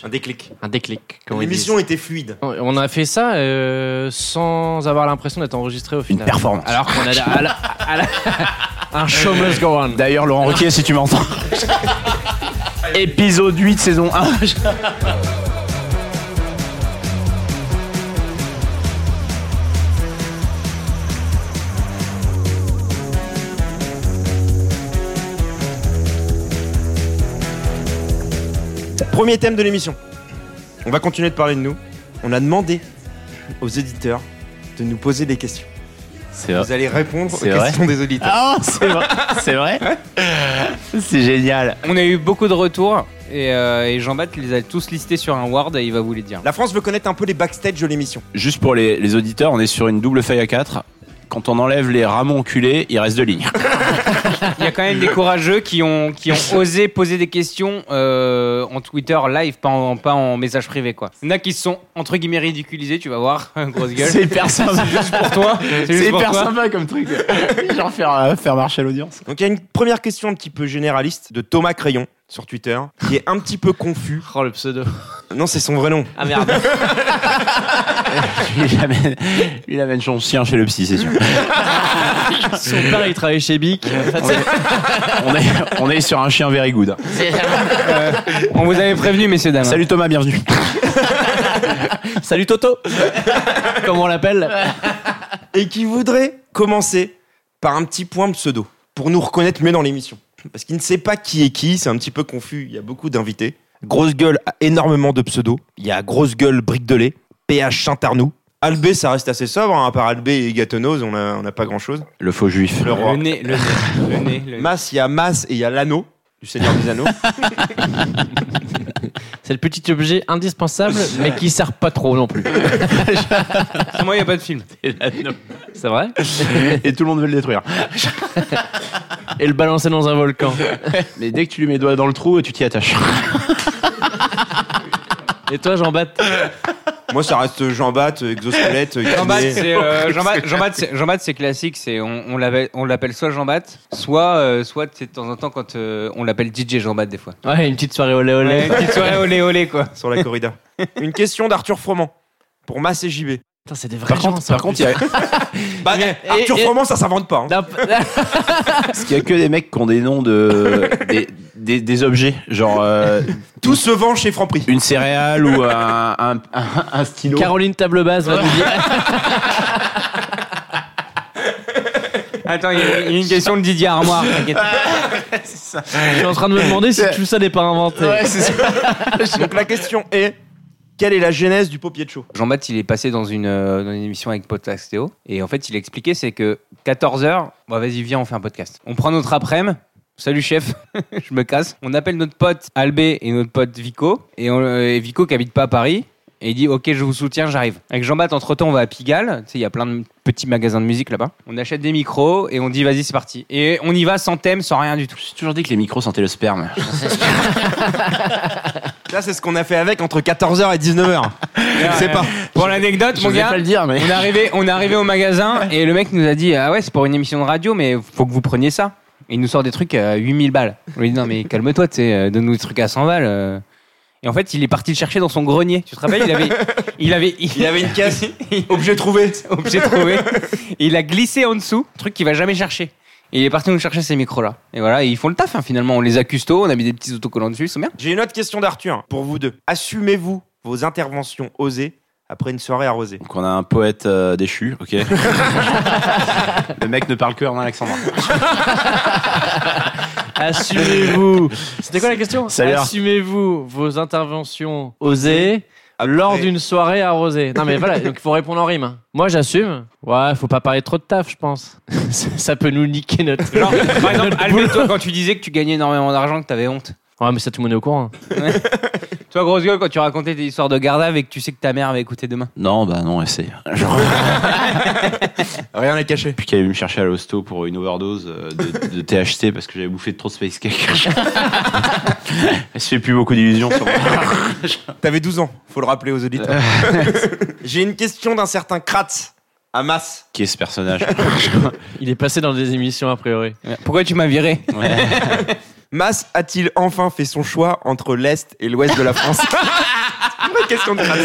Speaker 4: Un déclic.
Speaker 1: un déclic. comme ils
Speaker 4: L'émission était fluide.
Speaker 1: disent. On a fait ça euh, sans avoir l'impression d'être enregistré au
Speaker 2: une
Speaker 1: final.
Speaker 2: performance.
Speaker 1: Alors qu'on a la- à la- à la- un show must go on.
Speaker 2: D'ailleurs, Laurent Roquet, si tu m'entends. Épisode 8, saison 1.
Speaker 4: Premier thème de l'émission. On va continuer de parler de nous. On a demandé aux éditeurs de nous poser des questions.
Speaker 2: C'est
Speaker 4: Vous allez répondre aux
Speaker 2: C'est vrai
Speaker 4: questions des auditeurs.
Speaker 2: Ah, c'est vrai. C'est vrai. C'est génial.
Speaker 5: On a eu beaucoup de retours, et, euh, et Jean-Baptiste les a tous listés sur un Word, et il va vous les dire.
Speaker 4: La France veut connaître un peu les backstage de l'émission.
Speaker 2: Juste pour les, les auditeurs, on est sur une double feuille à 4. Quand on enlève les ramons enculés, il reste deux lignes.
Speaker 5: Il y a quand même des courageux qui ont, qui ont osé poser des questions euh, en Twitter live, pas en, pas en message privé. Quoi. Il y en a qui se sont entre guillemets ridiculisés, tu vas voir, grosse gueule. C'est
Speaker 2: hyper sympa.
Speaker 5: juste pour toi. C'est juste pour toi.
Speaker 2: comme truc. Genre faire, euh, faire marcher l'audience.
Speaker 4: Donc il y a une première question un petit peu généraliste de Thomas Crayon sur Twitter qui est un petit peu confus.
Speaker 1: Oh, le pseudo.
Speaker 4: Non, c'est son vrai nom.
Speaker 1: Ah merde.
Speaker 2: Lui, il amène, lui, il amène son chien chez le psy, c'est sûr.
Speaker 1: Son père, il travaille chez Bic.
Speaker 2: On est, on est sur un chien very good.
Speaker 5: On vous avait prévenu, messieurs, dames.
Speaker 2: Salut Thomas, bienvenue.
Speaker 1: Salut Toto. Comment on l'appelle
Speaker 4: et qui voudrait commencer par un petit point pseudo pour nous reconnaître mieux dans l'émission. Parce qu'il ne sait pas qui est qui, c'est un petit peu confus, il y a beaucoup d'invités. Grosse gueule a énormément de pseudos. Il y a Grosse gueule Brique de lait, PH Saint-Arnoux. Albé, ça reste assez sobre, hein, à part Albé et Gâteneuse, on n'a on a pas grand chose.
Speaker 2: Le faux juif.
Speaker 4: Le roi.
Speaker 5: Le nez, le nez, le nez. le nez.
Speaker 4: Mas, il y a Mas et il y a l'anneau du Seigneur des Anneaux.
Speaker 1: C'est le petit objet indispensable, mais qui sert pas trop non plus.
Speaker 5: Pour moi, il n'y a pas de film.
Speaker 1: C'est vrai
Speaker 2: Et tout le monde veut le détruire.
Speaker 1: Et le balancer dans un volcan.
Speaker 2: Mais dès que tu lui mets les doigts dans le trou, tu t'y attaches.
Speaker 1: Et toi, Jean Bat
Speaker 4: Moi, ça reste Jean Bat, exosquelette.
Speaker 5: Jean Bat,
Speaker 4: kiné.
Speaker 5: c'est euh, Jean Bat- Jean Bat, c'est- Jean Bat, c'est classique. C'est on, on l'avait- on l'appelle soit Jean Bat, soit euh, soit c'est de temps en temps quand euh, on l'appelle DJ Jean Bat des fois.
Speaker 1: Ouais, une petite soirée olé olé.
Speaker 5: Ouais, une petite soirée olé olé quoi.
Speaker 4: Sur la corrida. Une question d'Arthur Froment pour Mass et JB.
Speaker 1: Putain, c'est des vrais
Speaker 4: Par contre, par contre, il y a. Bah, Arthur
Speaker 1: et-
Speaker 4: Froment, ça s'invente pas. hein.
Speaker 11: Parce qu'il y a que des mecs qui ont des noms de. des, des- des objets. Genre. euh,
Speaker 4: Tout se vend chez Franprix.
Speaker 11: Une céréale ou un, un, un- un stylo.
Speaker 1: Caroline Table Basse va nous dire.
Speaker 5: Attends, il y a- il y a une question de Didier Armoire. t'inquiète.
Speaker 1: Je suis en train de me demander si tout ça n'est pas inventé.
Speaker 4: Ouais, c'est ça. Donc la question est quelle est la genèse du papier de chaud
Speaker 5: Jean-Baptiste, il est passé dans une, euh, dans une émission avec Podcast Théo. Et en fait, il expliquait c'est que 14h, bon, vas-y, viens, on fait un podcast. On prend notre après-midi. Salut chef, je me casse. On appelle notre pote Albé et notre pote Vico. Et, on- euh, et Vico qui habite pas à Paris. Et il dit Ok, je vous soutiens, j'arrive. Avec Jean-Baptiste, entre-temps, on va à Pigalle. Tu sais, il y a plein de petits magasins de musique là-bas. On achète des micros et on dit Vas-y, c'est parti. Et on y va sans thème, sans rien du tout.
Speaker 2: J'ai toujours dit que les micros sentaient le sperme.
Speaker 4: Ça, c'est ce qu'on a fait avec entre 14h et 19h. Je sais pas.
Speaker 5: Euh, Pour l'anecdote,
Speaker 4: Je
Speaker 5: mon
Speaker 4: voulais
Speaker 5: gars,
Speaker 4: pas le dire, mais-
Speaker 5: on, est arrivé, on est arrivé au magasin et le mec nous a dit Ah ouais, c'est pour une émission de radio, mais faut que vous preniez ça. Et il nous sort des trucs à 8000 balles. On lui dit Non, mais calme-toi, tu sais, euh, donne-nous des trucs à 100 balles. euh. Et en fait, il est parti le chercher dans son grenier. Tu te rappelles Il avait, il avait, il
Speaker 4: avait une caisse. Objet trouvé.
Speaker 5: Objet trouvé. Et il a glissé en dessous, truc qu'il va jamais chercher. Et il est parti nous chercher ces micros-là. Et voilà, et ils font le taf hein, finalement. On les a custo, on a mis des petits autocollants dessus, ils sont bien.
Speaker 4: J'ai une autre question d'Arthur pour vous deux. Assumez-vous vos interventions osées après une soirée arrosée
Speaker 2: Donc on a un poète euh, déchu, ok. le mec ne parle que en Alexandre.
Speaker 1: Assumez-vous. C'était quoi la question
Speaker 2: Salut.
Speaker 1: Assumez-vous vos interventions osées lors d'une soirée arrosée. Non mais voilà, donc il faut répondre en rime. hein. Moi j'assume. Ouais, faut pas parler trop de taf, je pense. ça ça peut nous niquer notre.
Speaker 5: Genre, par exemple, Albé, toi, quand tu disais que tu gagnais énormément d'argent, que t'avais honte.
Speaker 1: Ouais, mais ça tout le monde est au courant. hein.
Speaker 5: Toi, grosse gueule, quand tu racontais tes histoires de Garda et que tu sais que ta mère va écouter demain.
Speaker 2: Non, bah non, essaye.
Speaker 4: Rien n'est caché.
Speaker 2: Puis qu'elle est venue me chercher à l'hosto pour une overdose euh, de, de THC parce que j'avais bouffé trop de space cake. Elle se fait plus beaucoup d'illusions sur moi.
Speaker 4: T'avais 12 ans, faut le rappeler aux auditeurs. J'ai une question d'un certain Kratz à Mass.
Speaker 2: Qui est ce personnage
Speaker 1: Il est passé dans des émissions a priori.
Speaker 5: Pourquoi tu m'as viré
Speaker 4: Mass a-t-il enfin fait son choix entre l'Est et l'Ouest de la France C'est une vraie question de Kratz.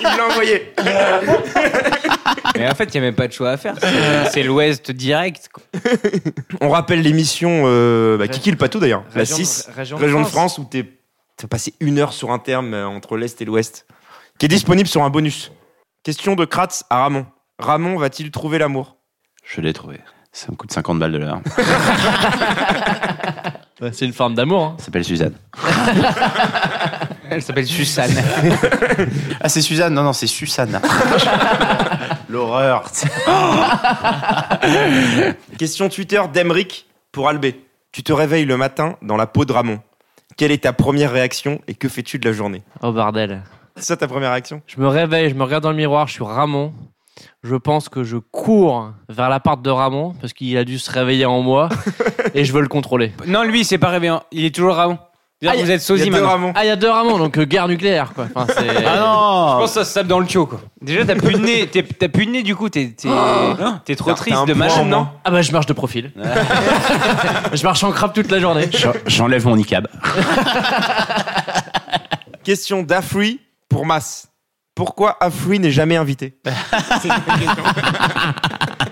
Speaker 4: Il me l'a envoyé.
Speaker 5: Mais en fait, il n'y a même pas de choix à faire. C'est- C'est l'Ouest direct. quoi.
Speaker 4: On rappelle l'émission euh, bah, Kiki le Patou d'ailleurs, la
Speaker 5: Région-
Speaker 4: 6,
Speaker 5: Région
Speaker 4: Région,
Speaker 5: de
Speaker 4: de France, où t'es t'as passé une heure sur un terme euh, entre l'Est et l'Ouest, qui est disponible sur un bonus. Question de Kratz à Ramon. Ramon va-t-il trouver l'amour
Speaker 2: Je l'ai trouvé. Ça me coûte 50 balles de l'heure.
Speaker 1: Ouais, C'est une forme d'amour. hein.
Speaker 2: Ça s'appelle Suzanne.
Speaker 5: Elle s'appelle Susanne.
Speaker 2: Ah, c'est Suzanne Non, non, c'est Susanne. L'horreur.
Speaker 4: Question Twitter d'Emeric pour Albé. Tu te réveilles le matin dans la peau de Ramon. Quelle est ta première réaction et que fais-tu de la journée
Speaker 1: Oh bordel.
Speaker 4: C'est ça ta première réaction
Speaker 1: Je me réveille, je me regarde dans le miroir, je suis Ramon. Je pense que je cours vers l'appart de Ramon parce qu'il a dû se réveiller en moi et je veux le contrôler.
Speaker 5: Non, lui, il s'est pas réveillé. Il est toujours Ramon.
Speaker 1: Ah,
Speaker 5: D'ailleurs, vous
Speaker 1: y a-
Speaker 5: êtes sosie
Speaker 4: y a deux
Speaker 5: maintenant.
Speaker 4: Ramon.
Speaker 1: Ah, il y a deux Ramon, donc euh, guerre nucléaire quoi. Enfin, c'est-
Speaker 5: Je
Speaker 2: non
Speaker 5: pense que ça se tape dans le tuyau, quoi. Oh Déjà, t'as plus de nez. T'es- T'as plus de nez, du coup. T'es t'es- hein, t'es trop
Speaker 4: T'as- t'as
Speaker 5: triste
Speaker 4: un
Speaker 5: de
Speaker 4: point en
Speaker 5: machin, non
Speaker 4: moins.
Speaker 1: Ah bah je marche de profil. je marche en crabe toute la journée.
Speaker 2: J'enlève mon icab.
Speaker 4: Question d'Afri pour Mas. Pourquoi Afri n'est jamais invité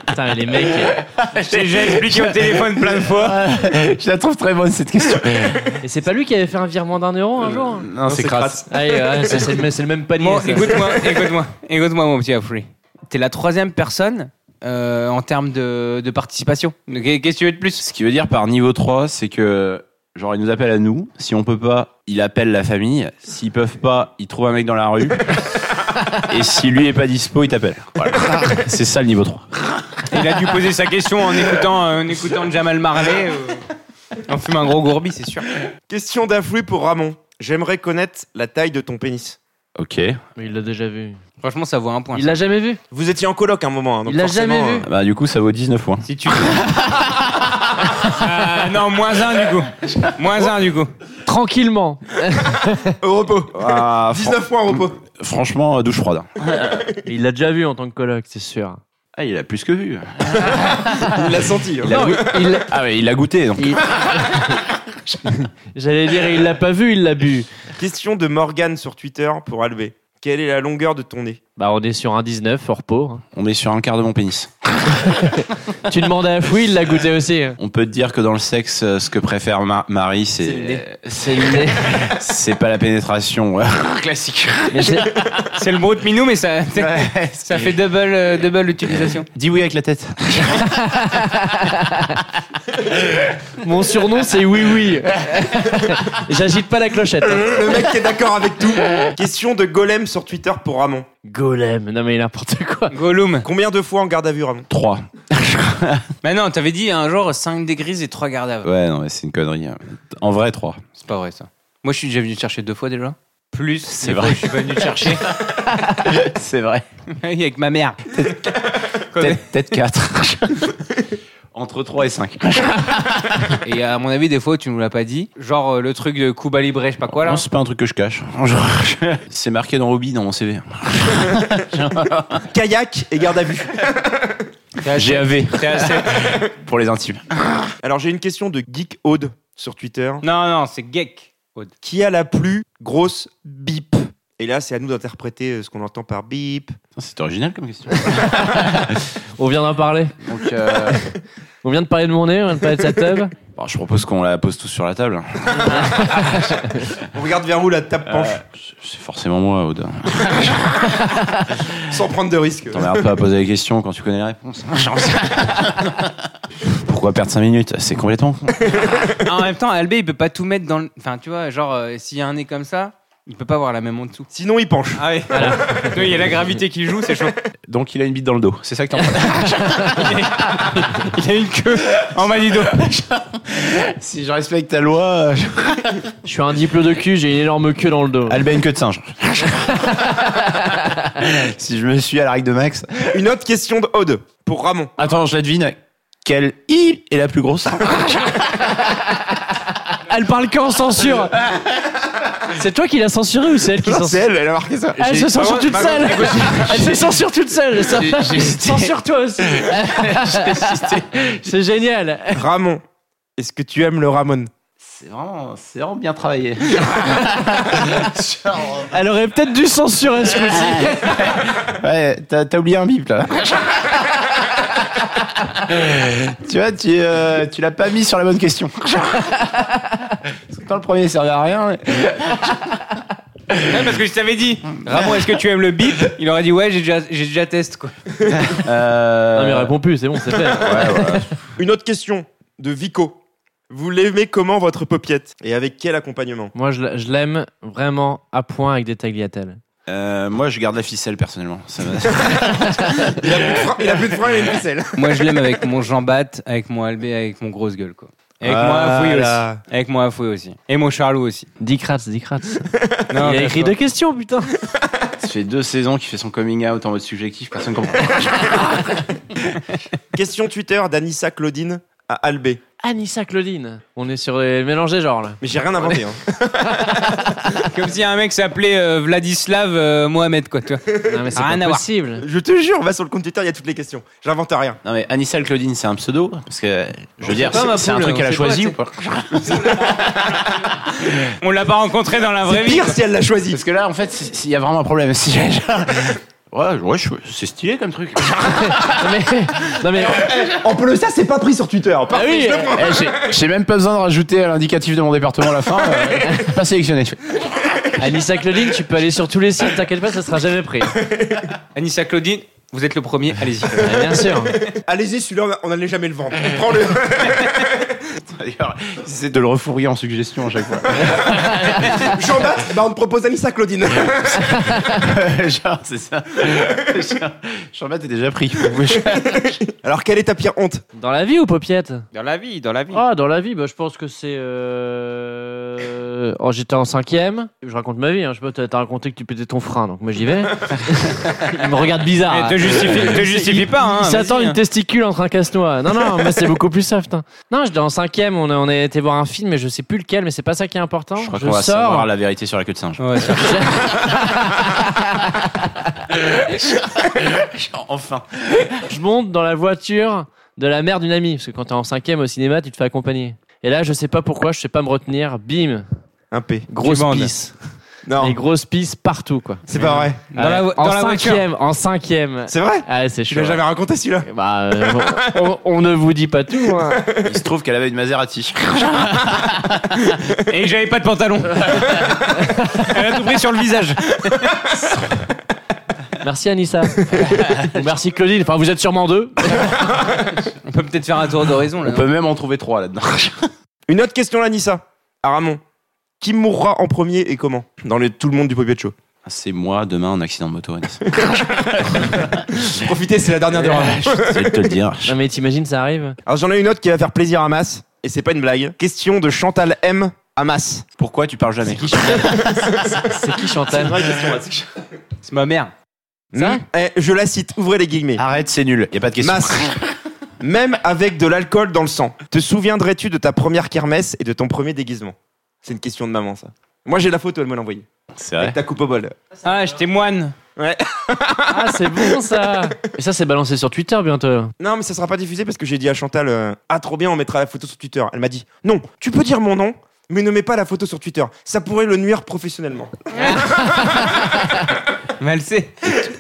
Speaker 1: Putain, les mecs. euh,
Speaker 5: J'ai déjà expliqué au téléphone plein de fois.
Speaker 11: Je la trouve très bonne cette question.
Speaker 1: Et c'est pas lui qui avait fait un virement d'un euro un jour hein
Speaker 2: Non, c'est crasse.
Speaker 1: Ah, et, euh, c'est c'est le, c'est le même panier.
Speaker 5: Bon,
Speaker 1: ça.
Speaker 5: écoute-moi, écoute-moi, écoute-moi, mon petit Afri. T'es la troisième personne euh, en termes de, de participation. Donc, Qu'est-ce que tu veux de plus
Speaker 2: Ce qui veut dire par niveau 3, c'est que, genre, il nous appelle à nous. Si on peut pas, il appelle la famille. S'ils peuvent pas, il trouve un mec dans la rue. Et si lui est pas dispo, il t'appelle. Voilà. C'est ça le niveau 3.
Speaker 5: Il a dû poser sa question en écoutant, euh, en écoutant Jamal Marley. euh, en fume un gros gourbi, c'est sûr.
Speaker 4: Question d'Afri pour Ramon. J'aimerais connaître la taille de ton pénis.
Speaker 2: Ok.
Speaker 1: Mais il l'a déjà vu.
Speaker 5: Franchement, ça vaut un point.
Speaker 1: Il l'a jamais vu
Speaker 4: Vous étiez en coloc à un moment. hein, donc
Speaker 1: Il l'a
Speaker 4: forcément,
Speaker 1: jamais vu.
Speaker 4: euh,
Speaker 2: Bah, du coup, ça vaut 19 points.
Speaker 5: Si tu Ah, non, moins un du coup. Moins un du coup.
Speaker 1: Tranquillement.
Speaker 4: euh, Au repos.
Speaker 11: Ah, fran-
Speaker 4: 19 points au repos.
Speaker 11: Franchement, euh, douche froide.
Speaker 1: Il l'a déjà vu en tant que coloc, c'est sûr.
Speaker 2: Ah, il a plus que vu.
Speaker 4: Il l'a senti.
Speaker 1: Il a- il-
Speaker 2: Ah ouais, il l'a goûté. Donc.
Speaker 1: il- J'allais dire, il l'a pas vu, il l'a bu.
Speaker 4: Question de Morgane sur Twitter pour Alvé. Quelle est la longueur de ton nez
Speaker 1: Bah, on est sur un 19, hors pot. hein.
Speaker 2: On est sur un quart de mon pénis.
Speaker 1: Tu demandes à Fouille, il l'a goûté aussi. hein.
Speaker 2: On peut te dire que dans le sexe, euh, ce que préfère Ma- Marie, c'est
Speaker 1: C'est le nez.
Speaker 2: c'est pas la pénétration ouais. classique.
Speaker 5: Mais C'est c'est le brut minou, mais ça, ça fait double, euh, double utilisation.
Speaker 2: Dis oui avec la tête.
Speaker 1: Mon surnom, c'est Oui Oui. J'agite pas la clochette. hein.
Speaker 4: Euh, Le mec qui est d'accord avec tout. Question de Golem sur Twitter pour Ramon.
Speaker 1: Golem. Non, mais il a n'importe quoi.
Speaker 5: Gollum.
Speaker 4: Combien de fois en garde à vue, Ramon
Speaker 2: Trois.
Speaker 5: Mais non, t'avais dit un jour 5 dégrises et 3 gardes à vue.
Speaker 2: Ouais, non, mais c'est une connerie. hein. En vrai, trois.
Speaker 5: C'est pas vrai ça. Moi, je suis déjà venu te chercher deux fois déjà. Plus, c'est
Speaker 2: vrai.
Speaker 5: Je suis pas venu te chercher.
Speaker 2: C'est vrai.
Speaker 5: Avec ma mère.
Speaker 2: Peut-être quatre. Entre trois et cinq.
Speaker 5: Et à mon avis, des fois, tu nous l'as pas dit. Genre euh, le truc de Cuba Libre, je sais pas quoi là.
Speaker 2: Non, c'est pas un truc que je cache. C'est marqué dans Hobby, dans mon CV.
Speaker 4: Kayak et garde à vue.
Speaker 2: GAV,
Speaker 5: C'est assez-
Speaker 2: pour les intimes.
Speaker 4: Alors j'ai une question de Geek Aude sur Twitter.
Speaker 5: Non, non, c'est geek. Aude.
Speaker 4: Qui a la plus grosse bip Et là, c'est à nous d'interpréter euh, ce qu'on entend par bip.
Speaker 2: C'est original comme question.
Speaker 1: On vient d'en parler.
Speaker 2: Donc, euh,
Speaker 1: On vient de parler de mon nez, on vient de parler de sa tub.
Speaker 2: bon, je propose qu'on la pose tous sur la table.
Speaker 4: On regarde vers où la tape
Speaker 2: Ah
Speaker 4: penche,
Speaker 2: C'est forcément moi, Aude.
Speaker 4: sans prendre de risque.
Speaker 2: T'emmerdes pas à poser les questions quand tu connais les réponses. J'en sais rien. Pourquoi perdre 5 minutes C'est complètement con.
Speaker 5: Ah, en même temps, Albé, il peut pas tout mettre dans le. Enfin, tu vois, genre, euh, s'il y a un nez comme ça, il peut pas avoir la même en dessous.
Speaker 4: Sinon, il penche.
Speaker 5: Ah oui, il y a la gravité qui joue, c'est chaud.
Speaker 2: Donc il a une bite dans le dos. C'est ça que t'emmerdes.
Speaker 5: Il y a une queue en bas du dos.
Speaker 2: si je respecte ta loi, euh, je-
Speaker 1: Je suis un diplôme de cul, j'ai une énorme queue dans le dos.
Speaker 2: Albin une queue de singe. si je me suis à la règle de Max.
Speaker 4: Une autre question de Aude pour Ramon.
Speaker 2: Attends, je la devine. Quelle île est la plus grosse
Speaker 1: Elle parle qu'en censure. C'est toi qui l'as censuré ou c'est elle qui
Speaker 4: Non, Ah, c'est
Speaker 1: censure
Speaker 4: elle, elle a marqué ça.
Speaker 1: Elle se censure toute seule. Elle se censure toute seule. ça. Censure-toi aussi. C'est génial.
Speaker 4: Ramon, est-ce que tu aimes le Ramon
Speaker 2: C'est vraiment, c'est vraiment bien travaillé.
Speaker 1: Elle aurait peut-être dû censurer ce coup-ci.
Speaker 2: Ouais, t'as, t'as oublié un bip là. tu vois, tu, euh, tu l'as pas mis sur la bonne question. Parce que quand le premier servait à rien. mais-
Speaker 5: parce que je t'avais dit, Ramon, est-ce que tu aimes le bip Il aurait dit, ouais, j'ai déjà, j'ai déjà test, quoi.
Speaker 2: Euh,
Speaker 1: Non Ah, mais réponds plus, c'est bon, c'est fait.
Speaker 2: ouais, voilà.
Speaker 4: Une autre question de Vico. Vous l'aimez comment votre popiette Et avec quel accompagnement
Speaker 1: Moi, je l- je l'aime vraiment à point avec des tagliatelles.
Speaker 2: Euh, moi, je garde la ficelle personnellement. Ça me-
Speaker 4: il a, plus de frein, il a plus de frein, il a une ficelle.
Speaker 5: Moi, je l'aime avec mon jambat, avec mon Albé, avec mon grosse gueule, quoi. Et Avec moi
Speaker 4: Ah
Speaker 5: à fouiller
Speaker 4: là.
Speaker 5: aussi. Avec moi à fouiller aussi. Et mon Charlot aussi.
Speaker 1: Dicrats, Dicrats.
Speaker 5: Non,
Speaker 1: Il a
Speaker 5: bien
Speaker 1: écrit
Speaker 5: sûr.
Speaker 1: deux questions, putain.
Speaker 2: Ça fait deux saisons qu'il fait son coming out en mode subjectif, personne comprend.
Speaker 4: Question Twitter d'Anissa Claudine à Albé.
Speaker 1: Anissa Claudine. On est sur les mélangés genre là.
Speaker 4: Mais j'ai rien inventé. hein.
Speaker 5: Comme si un mec s'appelait euh, Vladislav euh, Mohamed, quoi, tu vois.
Speaker 1: Non mais c'est
Speaker 5: Rien à
Speaker 1: pas
Speaker 5: voir.
Speaker 1: possible.
Speaker 4: Je te jure, va sur le compte Twitter, il y a toutes les questions. J'invente rien.
Speaker 2: Non mais Anissa le Claudine, c'est un pseudo parce que je veux dire,
Speaker 5: pas, ma
Speaker 2: c'est, c'est un
Speaker 5: poule,
Speaker 2: truc
Speaker 5: on
Speaker 2: qu'elle a
Speaker 5: sait pas,
Speaker 2: choisi
Speaker 5: c'est-
Speaker 2: ou pas
Speaker 5: On l'a pas rencontré dans la vraie
Speaker 4: C'est
Speaker 5: vie.
Speaker 4: pire si elle l'a choisi.
Speaker 2: Parce que là, en fait, c'est- c'est- il y a vraiment un problème. Si j'ai- Ouais, ouais, je- c'est stylé comme truc.
Speaker 1: Non mais, non mais
Speaker 4: En plus, ça, c'est pas pris sur Twitter.
Speaker 1: ah oui,
Speaker 2: Eh, j'ai, j'ai même pas besoin de rajouter à l'indicatif de mon département à la fin. euh, pas sélectionné.
Speaker 1: eh, Anissa Claudine, tu peux aller sur tous les sites, t'inquiète pas, ça sera jamais pris.
Speaker 5: Anissa Claudine, vous êtes le premier, allez-y.
Speaker 1: Mais Bien sûr.
Speaker 4: Allez-y, celui-là, on n'allait jamais le vendre. Prends-le.
Speaker 2: D'ailleurs, c'est de le refourguer en suggestion à chaque fois.
Speaker 4: Jean-Baptiste, bah, on te propose Anissa Claudine.
Speaker 2: Genre, c'est ça. Genre, Jean-Baptiste est déjà pris.
Speaker 4: Alors, quelle est ta pire honte
Speaker 1: Dans la vie ou paupiette
Speaker 5: Dans la vie, dans la vie.
Speaker 1: Ah, dans la vie, bah, je pense que c'est. euh, euh, oh, j'étais en cinquième. Je raconte ma vie. Hein. Je sais pas, t'as- t'as raconté que tu pétais ton frein, donc moi j'y vais. il me regarde bizarre.
Speaker 5: Mais te
Speaker 1: hein.
Speaker 5: justifie- te
Speaker 1: Il-
Speaker 5: justifie
Speaker 1: il-
Speaker 5: pas, hein,
Speaker 1: Il s'attend à
Speaker 5: vas-y,
Speaker 1: une
Speaker 5: hein.
Speaker 1: testicule entre un casse-noix. Non, non, mais c'est beaucoup plus soft. hein. Non, j'étais en cinquième. On a, on a été voir un film, mais je sais plus lequel. Mais c'est pas ça qui est important.
Speaker 2: Je crois qu'on va
Speaker 1: sors.
Speaker 2: savoir la vérité sur la queue de singe.
Speaker 1: enfin. Je monte dans la voiture de la mère d'une amie, parce que quand t'es en cinquième au cinéma, tu te fais accompagner. Et là, je sais pas pourquoi, je sais pas me retenir. Bim.
Speaker 4: Un P.
Speaker 1: Grosse
Speaker 4: Tu bandes.
Speaker 1: pisse.
Speaker 4: Non.
Speaker 1: Des grosses pisses partout, quoi.
Speaker 4: C'est pas vrai.
Speaker 1: Ouais.
Speaker 4: Dans la vo-
Speaker 1: en
Speaker 4: dans la voiture.
Speaker 1: cinquième, en cinquième.
Speaker 4: C'est vrai
Speaker 1: Ouais, c'est
Speaker 4: Tu
Speaker 1: chaud.
Speaker 4: l'as jamais
Speaker 1: ouais.
Speaker 4: raconté celui-là
Speaker 1: Bah, euh, on, on ne vous dit pas tout. hein.
Speaker 2: Il se trouve qu'elle avait une Maserati.
Speaker 5: Et j'avais pas de pantalon. Elle a tout pris sur le visage.
Speaker 1: Merci Anissa. Ou merci Claudine. Enfin, vous êtes sûrement deux.
Speaker 5: On peut peut-être faire un tour d'horizon là.
Speaker 2: On peut même en trouver trois là-dedans.
Speaker 4: Une autre question là, Nissa, à Ramon. Qui mourra en premier et comment Dans le, tout le monde du Popiat Show.
Speaker 2: C'est moi demain en accident de moto, Anis.
Speaker 4: Profitez, c'est la dernière des Ramon.
Speaker 2: Je vais te le dire.
Speaker 1: Non mais t'imagines ça arrive
Speaker 4: Alors j'en ai une autre qui va faire plaisir à Mass, et c'est pas une blague. Question de Chantal M à Mass.
Speaker 2: Pourquoi tu parles jamais
Speaker 1: C'est qui Chantal
Speaker 5: C'est ma mère.
Speaker 4: Non. Eh, je la cite, ouvrez les guillemets.
Speaker 2: Arrête, c'est nul, y a pas de question.
Speaker 4: Mass. Même avec de l'alcool dans le sang, te souviendrais-tu de ta première kermesse et de ton premier déguisement C'est une question de maman, ça. Moi, j'ai la photo, elle me l'a envoyée.
Speaker 2: C'est
Speaker 4: Avec ta coupe au bol.
Speaker 5: Ah, j'étais moine.
Speaker 4: Ouais.
Speaker 1: Ah, c'est bon ça. Et ça, c'est balancé sur Twitter bientôt.
Speaker 4: Non, mais ça sera pas diffusé parce que j'ai dit à Chantal euh, Ah, trop bien, on mettra la photo sur Twitter. Elle m'a dit Non, tu peux dire mon nom, mais ne mets pas la photo sur Twitter. Ça pourrait le nuire professionnellement.
Speaker 5: Mais elle sait.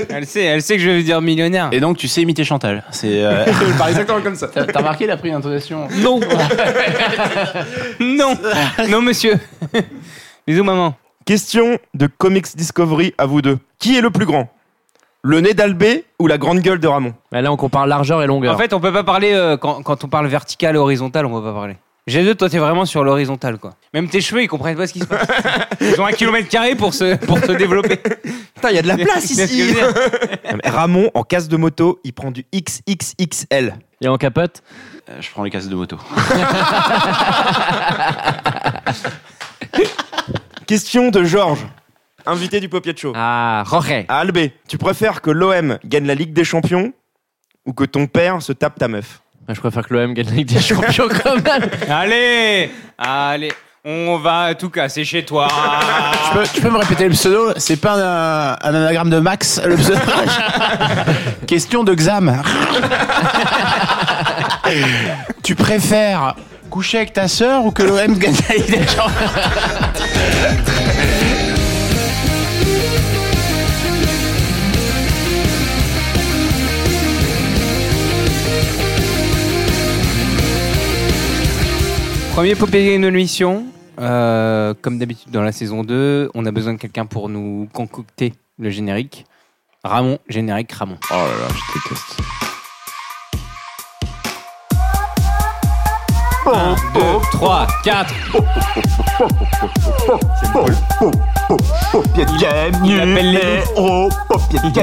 Speaker 5: Elle sait, elle sait que je vais dire millionnaire.
Speaker 2: Et donc tu sais imiter Chantal. C'est euh,
Speaker 4: Elle parle exactement comme ça.
Speaker 13: T'as remarqué, il a pris une intonation.
Speaker 5: Non. non. Non, monsieur. Bisous, maman.
Speaker 4: Question de Comics Discovery à vous deux Qui est le plus grand Le nez d'Albé ou la grande gueule de Ramon
Speaker 1: Bah, là, on compare largeur et longueur.
Speaker 5: En fait, on peut pas parler euh, quand, quand on parle vertical, horizontal, on peut pas parler. G2, toi, t'es vraiment sur l'horizontal, quoi. Même tes cheveux, ils comprennent pas ce qui se passe. Ils ont un kilomètre carré pour se, pour se développer.
Speaker 4: Putain, il y a de la place
Speaker 5: C'est ce que je
Speaker 4: ici
Speaker 5: veux dire.
Speaker 4: Ramon, en casse de moto, il prend du XXXL.
Speaker 1: Et en capote
Speaker 2: euh, je prends les casques de moto.
Speaker 4: Question de Georges, invité du Popiat Show.
Speaker 1: Ah, Jorge.
Speaker 4: À Albé, tu préfères que l'OM gagne la Ligue des Champions ou que ton père se tape ta meuf
Speaker 1: Bah, je préfère que l'OM gagne la Ligue des Champions quand même.
Speaker 5: Allez, allez, on va tout casser chez toi.
Speaker 3: Tu peux, tu peux me répéter le pseudo C'est pas un, un anagramme de Max, le pseudo Question de Xam. tu préfères coucher avec ta sœur ou que l'OM gagne la Ligue des Champions
Speaker 5: Premier Popeye une mission. Euh, comme d'habitude dans la saison 2, on a besoin de quelqu'un pour nous concocter le générique. Ramon, générique Ramon.
Speaker 2: Oh là là, je déteste.
Speaker 5: Un, deux, trois, quatre. Il appelle
Speaker 4: Eh,
Speaker 5: les
Speaker 4: oh.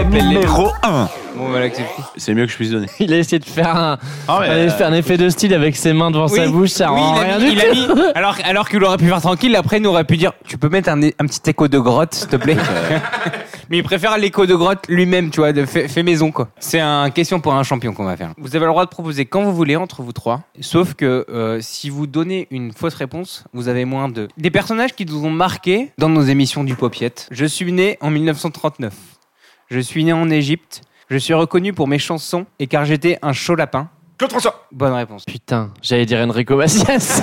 Speaker 5: numéro
Speaker 2: 1.
Speaker 5: Bon, voilà que c'est fini.
Speaker 2: C'est mieux que je puisse donner.
Speaker 1: Il a essayé de faire un,
Speaker 2: Ah ouais,
Speaker 1: il a essayé de faire un effet de style avec ses mains devant
Speaker 5: Oui,
Speaker 1: sa bouche. Ça
Speaker 5: oui,
Speaker 1: rend
Speaker 5: il a
Speaker 1: rien
Speaker 5: mis-
Speaker 1: du
Speaker 5: il
Speaker 1: tout.
Speaker 5: a mis- alors, alors qu'il aurait pu faire tranquille, après, il nous aurait pu dire Tu peux mettre un, é- un petit écho de grotte, s'il te plaît Mais il préfère l'écho de grotte lui-même, tu vois, de fait, fait maison, quoi. C'est un question pour un champion qu'on va faire. Vous avez le droit de proposer quand vous voulez entre vous trois. Sauf que euh, si vous donnez une fausse réponse, vous avez moins de. Des personnages qui nous ont marqués dans nos émissions du Popiette. Je suis né en 1939. Je suis né en Égypte. Je suis reconnu pour mes chansons et car j'étais un chaud lapin.
Speaker 4: Claude François
Speaker 5: Bonne réponse.
Speaker 1: Putain, j'allais dire Enrico Macias.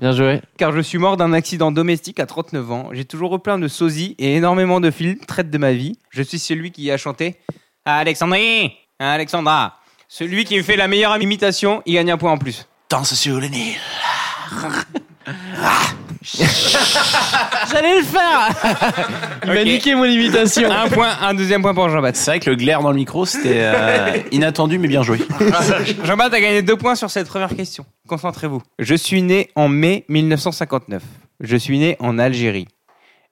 Speaker 1: Bien joué.
Speaker 5: car je suis mort d'un accident domestique à 39 ans. J'ai toujours eu plein de sosies et énormément de films traitent de ma vie. Je suis celui qui a chanté Alexandrie, Alexandra. Celui qui fait la meilleure imitation, il gagne un point en plus.
Speaker 3: Danse sur le Nil.
Speaker 5: J'allais le faire
Speaker 1: Il m'a niqué mon imitation.
Speaker 5: Un point, un deuxième point pour Jean-Baptiste.
Speaker 2: C'est vrai que le glaire dans le micro, c'était euh, inattendu mais bien joué.
Speaker 5: Jean-Baptiste a gagné deux points sur cette première question. Concentrez-vous. Je suis né en mai 1959. Je suis né en Algérie.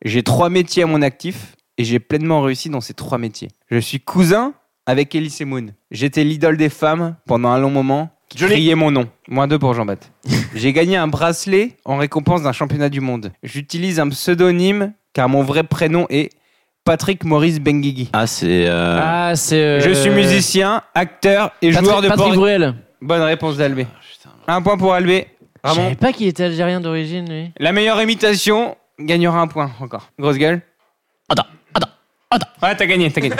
Speaker 5: J'ai trois métiers à mon actif et j'ai pleinement réussi dans ces trois métiers. Je suis cousin avec Elise Moon. J'étais l'idole des femmes pendant un long moment Criez mon nom. Moins deux pour Jean-Bat. J'ai gagné un bracelet en récompense d'un championnat du monde. J'utilise un pseudonyme car mon vrai prénom est Patrick Maurice Benguigui.
Speaker 2: Ah, c'est. euh,
Speaker 1: Ah, c'est. euh,
Speaker 5: Je suis musicien, acteur et
Speaker 1: Patrick-
Speaker 5: joueur de
Speaker 1: Patrick
Speaker 5: porno.
Speaker 1: Bruel.
Speaker 5: Bonne réponse d'Albé. Un point pour Albé.
Speaker 1: Je
Speaker 5: Ramon.
Speaker 1: savais pas qu'il était algérien d'origine, lui.
Speaker 5: La meilleure imitation gagnera un point encore. Grosse gueule. Attends, attends, attends. Ah. Ouais, t'as gagné, t'as gagné.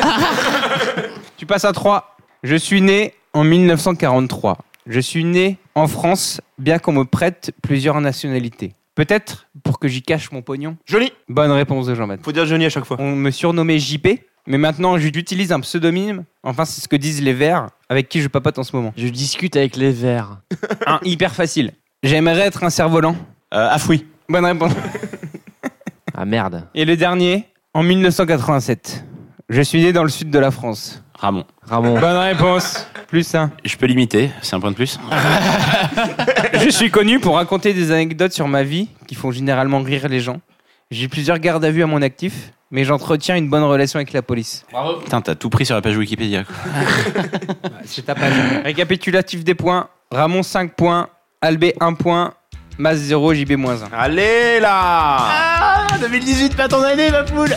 Speaker 5: tu passes à 3. Je suis né en 1943. Je suis né en France, bien qu'on me prête plusieurs nationalités. Peut-être pour que j'y cache mon pognon. Johnny Bonne réponse de Jean-Baptiste. Faut dire Johnny à chaque fois. On me surnommait JP, mais maintenant j'utilise un pseudonyme. Enfin, c'est ce que disent les Verts, avec qui je papote en ce moment.
Speaker 1: Je discute avec les verts.
Speaker 5: Un hyper facile. Euh, J'aimerais être un cerf-volant. Afoui. Bonne réponse.
Speaker 1: Ah merde.
Speaker 5: Et le dernier, en 1987. Je suis né dans le sud de la France.
Speaker 2: Ramon.
Speaker 1: Ramon.
Speaker 5: Bonne réponse. Plus un.
Speaker 2: Je peux l'imiter, c'est un point de plus.
Speaker 5: Je suis connu pour raconter des anecdotes sur ma vie qui font généralement rire les gens. J'ai plusieurs gardes à vue à mon actif, mais j'entretiens une bonne relation avec la police.
Speaker 2: Bravo. Putain, t'as tout pris sur la page Wikipédia. quoi.
Speaker 5: C'est ta page. Récapitulatif des points. Ramon 5 points, Albé 1 point, Mas 0, JB 1.
Speaker 11: Allez là
Speaker 13: Ah 2018, pas ton année, ma poule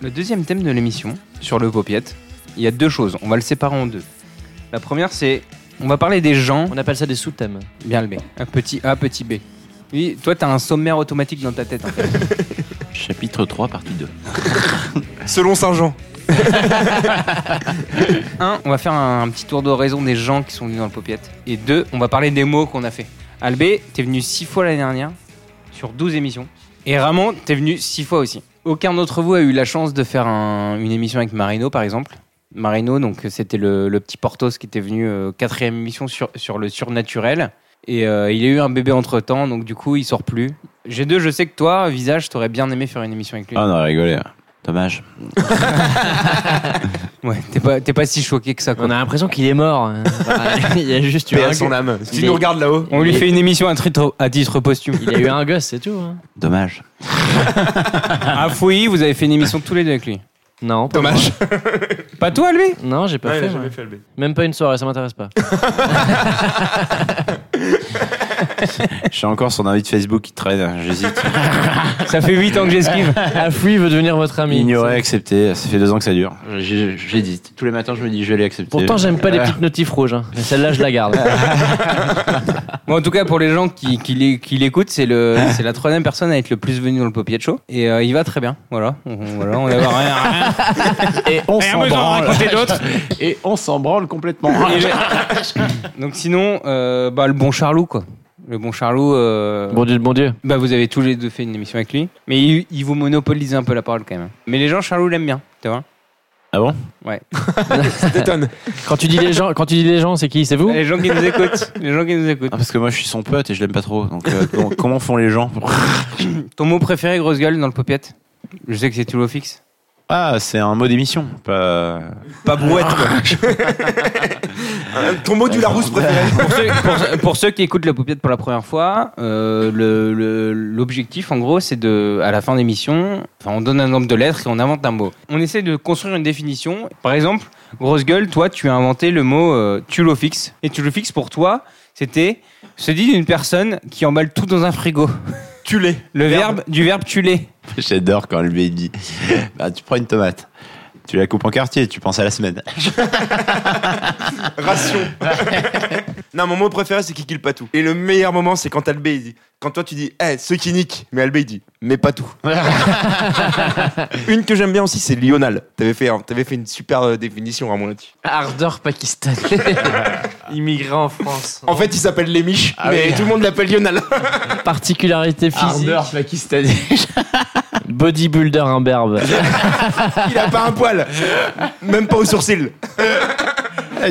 Speaker 5: Le deuxième thème de l'émission, sur le popiette, il y a deux choses. On va le séparer en deux. La première, c'est. On va parler des gens.
Speaker 1: On appelle ça des sous-thèmes.
Speaker 5: Bien le B. Un petit A, petit B. Oui, toi, t'as un sommaire automatique dans ta tête. en fait.
Speaker 2: Chapitre 3, partie 2.
Speaker 5: Selon Saint-Jean. un, on va faire un, un petit tour d'horizon des gens qui sont venus dans le popiette. Et deux, on va parler des mots qu'on a fait. Albé, t'es venu six fois l'année dernière sur 12 émissions. Et Ramon, t'es venu six fois aussi. Aucun d'entre vous a eu la chance de faire un- une émission avec Marino, par exemple. Marino, donc c'était le, le petit Portos qui était venu euh, quatrième émission sur, sur le surnaturel. Et euh, il a eu un bébé entre temps, donc du coup il sort plus. J'ai deux, je sais que toi, visage, t'aurais bien aimé faire une émission avec lui.
Speaker 2: Ah non, rigolé. Dommage.
Speaker 5: Ouais, t'es pas, t'es pas si choqué que ça. Quoi.
Speaker 1: On a l'impression qu'il est mort. hein. Enfin, Il y a juste eu
Speaker 5: Paix à
Speaker 1: un.
Speaker 5: son
Speaker 1: gue-
Speaker 5: âme.
Speaker 11: S'il nous regarde là-haut.
Speaker 5: On lui fait une émission à titre, à titre posthume.
Speaker 1: Il y a eu un gosse, c'est tout. hein.
Speaker 2: Dommage.
Speaker 5: Ah, Fouilly, vous avez fait une émission tous les deux avec lui.
Speaker 1: Non. pas moi.
Speaker 5: Pas toi, lui
Speaker 1: Non, j'ai pas
Speaker 5: Ouais, il a
Speaker 1: fait.
Speaker 5: jamais
Speaker 1: moi.
Speaker 5: fait le B.
Speaker 1: Même pas une soirée, ça m'intéresse pas.
Speaker 2: J'ai encore son invite Facebook qui traîne, hein. j'hésite.
Speaker 5: Ça fait 8 ans que j'esquive.
Speaker 1: Afoui veut devenir votre ami.
Speaker 2: Ignorer, accepter, ça fait deux ans que ça dure. J'ai- J'hésite. Tous les matins, je me dis, je vais les accepter.
Speaker 1: Pourtant, j'aime pas les
Speaker 2: Ouais.
Speaker 1: petites notifs rouges. hein. Mais Celle-là, je la garde.
Speaker 5: Bon, en tout cas, pour les gens qui, qui, l'é- qui l'écoutent, c'est, le, c'est la troisième personne à être le plus venue dans le Popiet Show. Et euh, il va très bien. Voilà. On, voilà, on a rien, rien.
Speaker 11: Et on
Speaker 5: Rien
Speaker 11: s'en
Speaker 5: besoin de
Speaker 11: branle.
Speaker 5: raconter d'autres.
Speaker 11: Et on s'en branle complètement.
Speaker 5: Donc, sinon, euh, bah, le bon Charlot, quoi. Le bon Charlot. euh,
Speaker 1: Bon Dieu, de bon Dieu.
Speaker 5: Bah, vous avez tous les deux fait une émission avec lui. Mais il, il vous monopolise un peu la parole quand même. Mais les gens, Charlot l'aiment bien. Tu vois
Speaker 2: Ah bon
Speaker 5: Ouais.
Speaker 1: Quand tu dis les gens, quand tu dis les gens, c'est qui C'est vous
Speaker 5: Les gens qui nous écoutent. Les gens qui nous écoutent.
Speaker 2: Ah, parce que moi, je suis son pote et je l'aime pas trop. Donc, euh, com- comment font les gens pour-
Speaker 5: Ton mot préféré, grosse gueule, dans le Popiet Je sais que c'est Tulo Fixe.
Speaker 2: Ah, c'est un mot d'émission, pas.
Speaker 5: Pas brouette,
Speaker 3: Ton mot du Larousse préféré.
Speaker 5: pour, ceux, pour- pour ceux qui écoutent la poupette pour la première fois, euh, le- le- l'objectif en gros c'est de, à la fin d'émission, enfin, on donne un nombre de lettres et on invente un mot. On essaie de construire une définition. Par exemple, grosse gueule, toi tu as inventé le mot euh, tulofixe. Et tulofixe pour toi, c'était se dit d'une personne qui emballe tout dans un frigo.
Speaker 3: Tulé.
Speaker 5: Le verbe, du verbe tuler.
Speaker 2: J'adore quand le lui dit bah, Tu prends une tomate, tu la coupes en quartier, tu penses à la semaine.
Speaker 3: Ration. non, mon mot préféré, c'est qui kill pas tout. Et le meilleur moment, c'est quand Albé, il dit. Quand toi, tu dis, eh, ceux qui niquent. Mais Albé, il dit, mais pas tout. une que j'aime bien aussi, c'est Lionel. T'avais fait, hein, t'avais fait une super euh, définition, Ramon, là-dessus.
Speaker 1: Ardeur pakistanais. Immigré en France.
Speaker 3: En fait, il s'appelle Lémiche,
Speaker 1: Ah
Speaker 3: mais
Speaker 1: oui.
Speaker 3: tout le monde l'appelle Lionel.
Speaker 1: Particularité physique.
Speaker 11: Ardeur pakistanais.
Speaker 1: Bodybuilder imberbe.
Speaker 3: il a pas un poil. Même pas aux sourcils.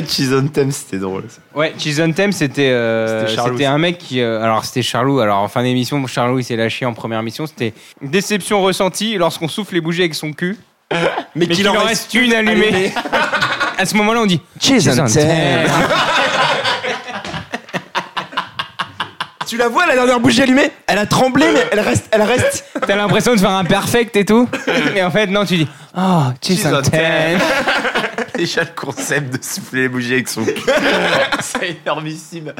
Speaker 2: Cheese on thème, Ah, c'était drôle. ça.
Speaker 5: Ouais, Cheese on Theme, c'était euh,
Speaker 2: C'était Charlot,
Speaker 5: c'était
Speaker 2: ça.
Speaker 5: un mec qui. euh, alors, c'était Charlot. Alors, en fin d'émission, Charlot, il s'est lâché en première émission. C'était déception ressentie lorsqu'on souffle les bougies avec son cul.
Speaker 3: Mais,
Speaker 5: Mais qu'il en reste une allumée. à ce moment-là, on dit Cheese
Speaker 3: on
Speaker 5: on
Speaker 3: Theme.
Speaker 5: Theme.
Speaker 4: Tu la vois la dernière bougie allumée Elle a tremblé mais elle reste, elle reste.
Speaker 5: T'as l'impression de faire un perfect et tout, mais en fait non, tu dis oh cheese and ten.
Speaker 11: Déjà le concept de souffler les bougies avec son cul.
Speaker 13: C'est énormissime.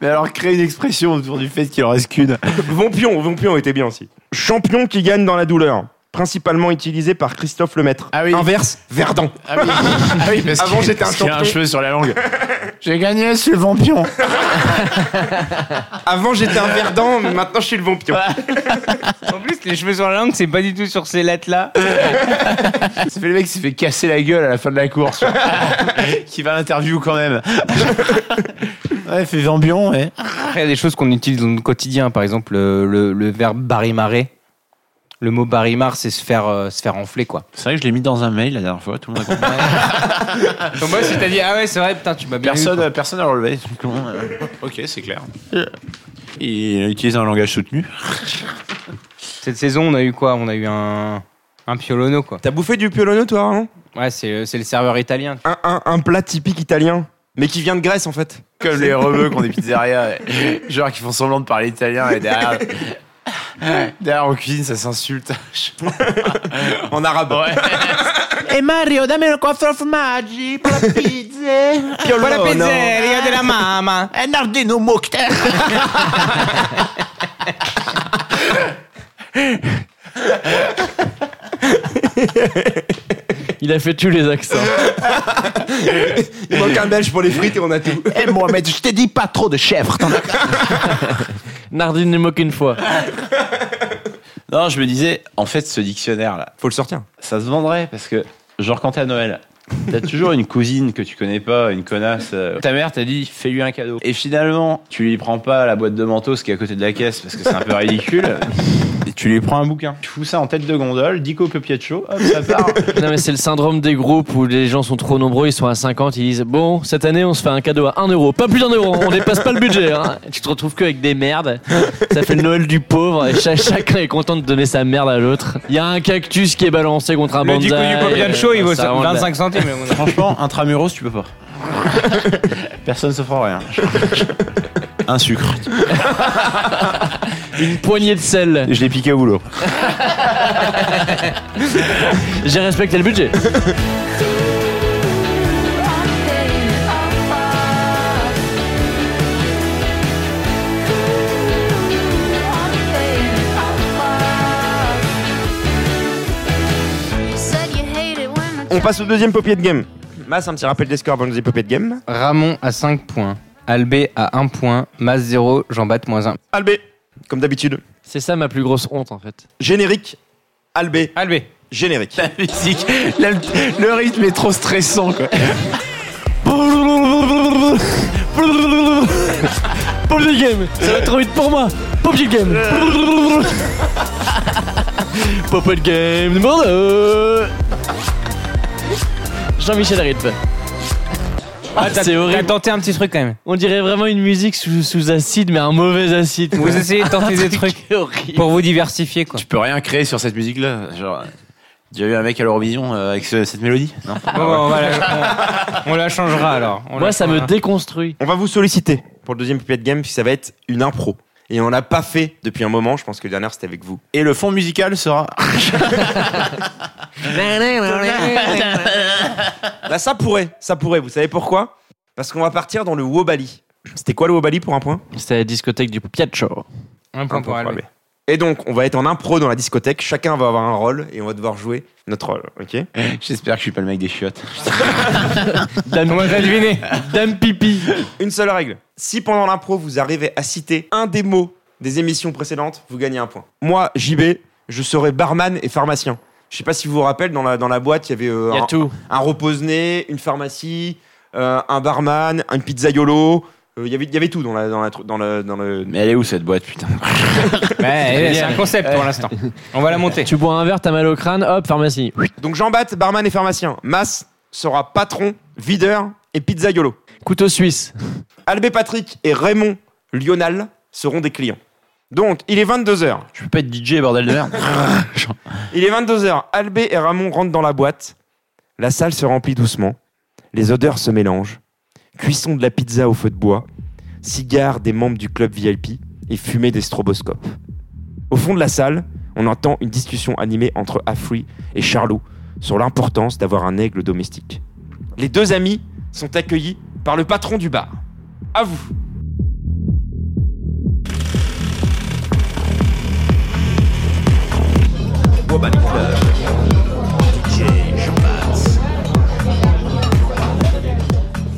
Speaker 11: Mais alors créer une expression autour du fait qu'il en reste qu'une.
Speaker 4: Vampion, Vampion était bien aussi. Champion qui gagne dans la douleur. Principalement utilisé par Christophe Lemaître. Inverse, Verdun.
Speaker 11: Ah oui, Ah oui, Ah parce
Speaker 4: Avant
Speaker 11: qu'il-
Speaker 4: j'étais un
Speaker 11: parce qu'il a un
Speaker 4: champion.
Speaker 11: cheveu sur la langue. J'ai gagné, je suis le vampion.
Speaker 4: Avant j'étais un Verdun, mais maintenant je suis le Vampion.
Speaker 5: En plus les cheveux sur la langue, c'est pas du tout sur ces lettres là.
Speaker 11: Ça fait le mec qui s'est fait casser la gueule à la fin de la course. qui va à l'interview quand même. ouais, fait vampion, ouais.
Speaker 5: Après, il y a des choses qu'on utilise dans notre quotidien, par exemple le, le- le verbe barimarer. Le mot barimar, c'est se faire euh, se faire enfler quoi.
Speaker 2: C'est vrai que je l'ai mis dans un mail la dernière fois, tout le monde a compris.
Speaker 5: Donc moi, si t'as dit ah ouais c'est vrai putain tu m'as bien eu,
Speaker 2: personne, personne à relevé. ok, c'est clair.
Speaker 11: Euh.
Speaker 2: Il utilise un langage soutenu.
Speaker 5: Cette saison, on a eu quoi On a eu un, un piolono, quoi.
Speaker 4: T'as bouffé du piolono, toi, hein
Speaker 5: Ouais, c'est c'est le serveur italien.
Speaker 4: un, un- un plat typique italien, mais qui vient de Grèce en fait.
Speaker 11: Comme les rebeux qui ont des pizzerias, ouais. genre qui font semblant de parler italien et derrière. Derrière en cuisine, ça s'insulte.
Speaker 4: en arabe.
Speaker 3: E Mario, dammi un quattro formaggi per la pizza.
Speaker 5: Buona pizzeria della mamma.
Speaker 1: Ah,
Speaker 3: E Nardino Mokhtar.
Speaker 1: Il a fait tous les accents.
Speaker 4: Il manque un belge pour les frites et on a tout.
Speaker 3: Et Mohamed, je t'ai dit pas trop de chèvres. t'en as-
Speaker 1: Nardine ne moque une fois.
Speaker 2: Non, je me disais, en fait, ce dictionnaire-là,
Speaker 4: Faut le sortir.
Speaker 2: ça se vendrait parce que, genre, quand t'es à Noël, t'as toujours une cousine que tu connais pas, une connasse. euh, Ta mère t'a dit, fais-lui un cadeau. Et finalement, tu lui prends pas la boîte de manteaux, ce qui est à côté de la caisse, parce que c'est un peu ridicule. Et tu lui prends un bouquin. Tu fous ça en tête de gondole, dico pepiaccio, hop, ça part.
Speaker 1: Non, mais c'est le syndrome des groupes où les gens sont trop nombreux, ils sont à 50, ils disent Bon, cette année, on se fait un cadeau à 1 euro, pas plus d'un euro, on dépasse pas le budget. hein. Tu te retrouves que avec des merdes. Ça fait le Noël du pauvre et cha- chacun est content de donner sa merde à l'autre. Il y a un cactus qui est balancé contre un
Speaker 5: Le
Speaker 1: bonsaï.
Speaker 5: Dico du Popian Show, il vaut
Speaker 1: Ça rend la-
Speaker 5: 25 centimes.
Speaker 2: Franchement, intramuros, tu peux pas. Personne se fera rien. Un sucre.
Speaker 1: Une poignée de sel.
Speaker 2: Je l'ai piqué au boulot.
Speaker 1: J'ai respecté le budget.
Speaker 4: On passe au deuxième papier de game. Mas, un petit rappel des scores avant le deuxième papier de game.
Speaker 5: Ramon à 5 points. Albé à 1 point. Mas 0, jean bapt moins 1.
Speaker 4: Albé, comme d'habitude.
Speaker 1: C'est ça ma plus grosse honte en fait.
Speaker 4: Générique. Albé.
Speaker 5: Albé.
Speaker 4: Générique.
Speaker 11: La musique, la- le rythme est trop stressant, quoi.
Speaker 1: Pop du game, ça va trop vite pour moi. Pop du game. Pop de game, numéro deux. Jean-Michel Rythme. Ah, c'est
Speaker 5: T'as
Speaker 1: horrible.
Speaker 5: tenté un petit truc quand même.
Speaker 1: On dirait vraiment une musique sous, sous acide, mais un mauvais acide.
Speaker 5: Vous essayez de tenter des trucs
Speaker 1: C'est horrible.
Speaker 5: pour vous diversifier quoi.
Speaker 2: Tu peux rien créer sur cette musique-là. Genre, déjà eu un mec à l'Eurovision euh, avec ce- cette mélodie Non.
Speaker 5: Bon, bon, on, va la, on- on la changera alors. On la
Speaker 1: Ah Moi, ça me
Speaker 5: changera.
Speaker 1: déconstruit.
Speaker 4: On va vous solliciter pour le deuxième papier de game, puis ça va être une impro. Et on l'a pas fait depuis un moment, je pense que le dernier c'était avec vous.
Speaker 2: Et le fond musical sera.
Speaker 4: Là, bah, ça pourrait, ça pourrait, vous savez pourquoi Parce qu'on va partir dans le Wobali. C'était quoi le Wobali pour un point
Speaker 1: C'était la discothèque du Piaccio.
Speaker 5: Un point pour Albé.
Speaker 4: Et donc, on va être en impro dans la discothèque. Chacun va avoir un rôle et on va devoir jouer notre rôle, ok
Speaker 2: J'espère que je suis pas le mec des chiottes.
Speaker 5: On va deviné.
Speaker 1: Dame pipi.
Speaker 4: Une seule règle. Si pendant l'impro, vous arrivez à citer un des mots des émissions précédentes, vous gagnez un point. Moi, JB, je serai barman et pharmacien. Je sais pas si vous vous rappelez, dans la, dans la boîte, il y avait euh,
Speaker 1: Il y a
Speaker 4: un,
Speaker 1: tout.
Speaker 4: un repose-nez, une pharmacie, euh, un barman, une pizzaiolo. Euh, Il y avait- il y avait tout dans, la, dans, la tru- dans le... Dans le...
Speaker 2: Mais elle est où cette boîte, putain
Speaker 5: Ouais, ouais, c'est un concept pour l'instant. On va la monter.
Speaker 1: Tu bois un verre, t'as mal au crâne, hop, pharmacie.
Speaker 4: Donc Jean-Bat, barman et pharmacien. Mas sera patron, videur et pizzaiolo.
Speaker 1: Couteau suisse.
Speaker 4: Albé Patrick et Raymond Lionel seront des clients. Donc, il est 22h.
Speaker 2: Je peux pas être DJ, bordel de merde.
Speaker 4: Il est 22h. Albé et Ramon rentrent dans la boîte. La salle se remplit doucement. Les odeurs se mélangent. Cuisson de la pizza au feu de bois. Cigare des membres du club VIP. et fumer des stroboscopes. Au fond de la salle, on entend une discussion animée entre Afri et Charlot sur l'importance d'avoir un aigle domestique. Les deux amis sont accueillis par le patron du bar. À vous.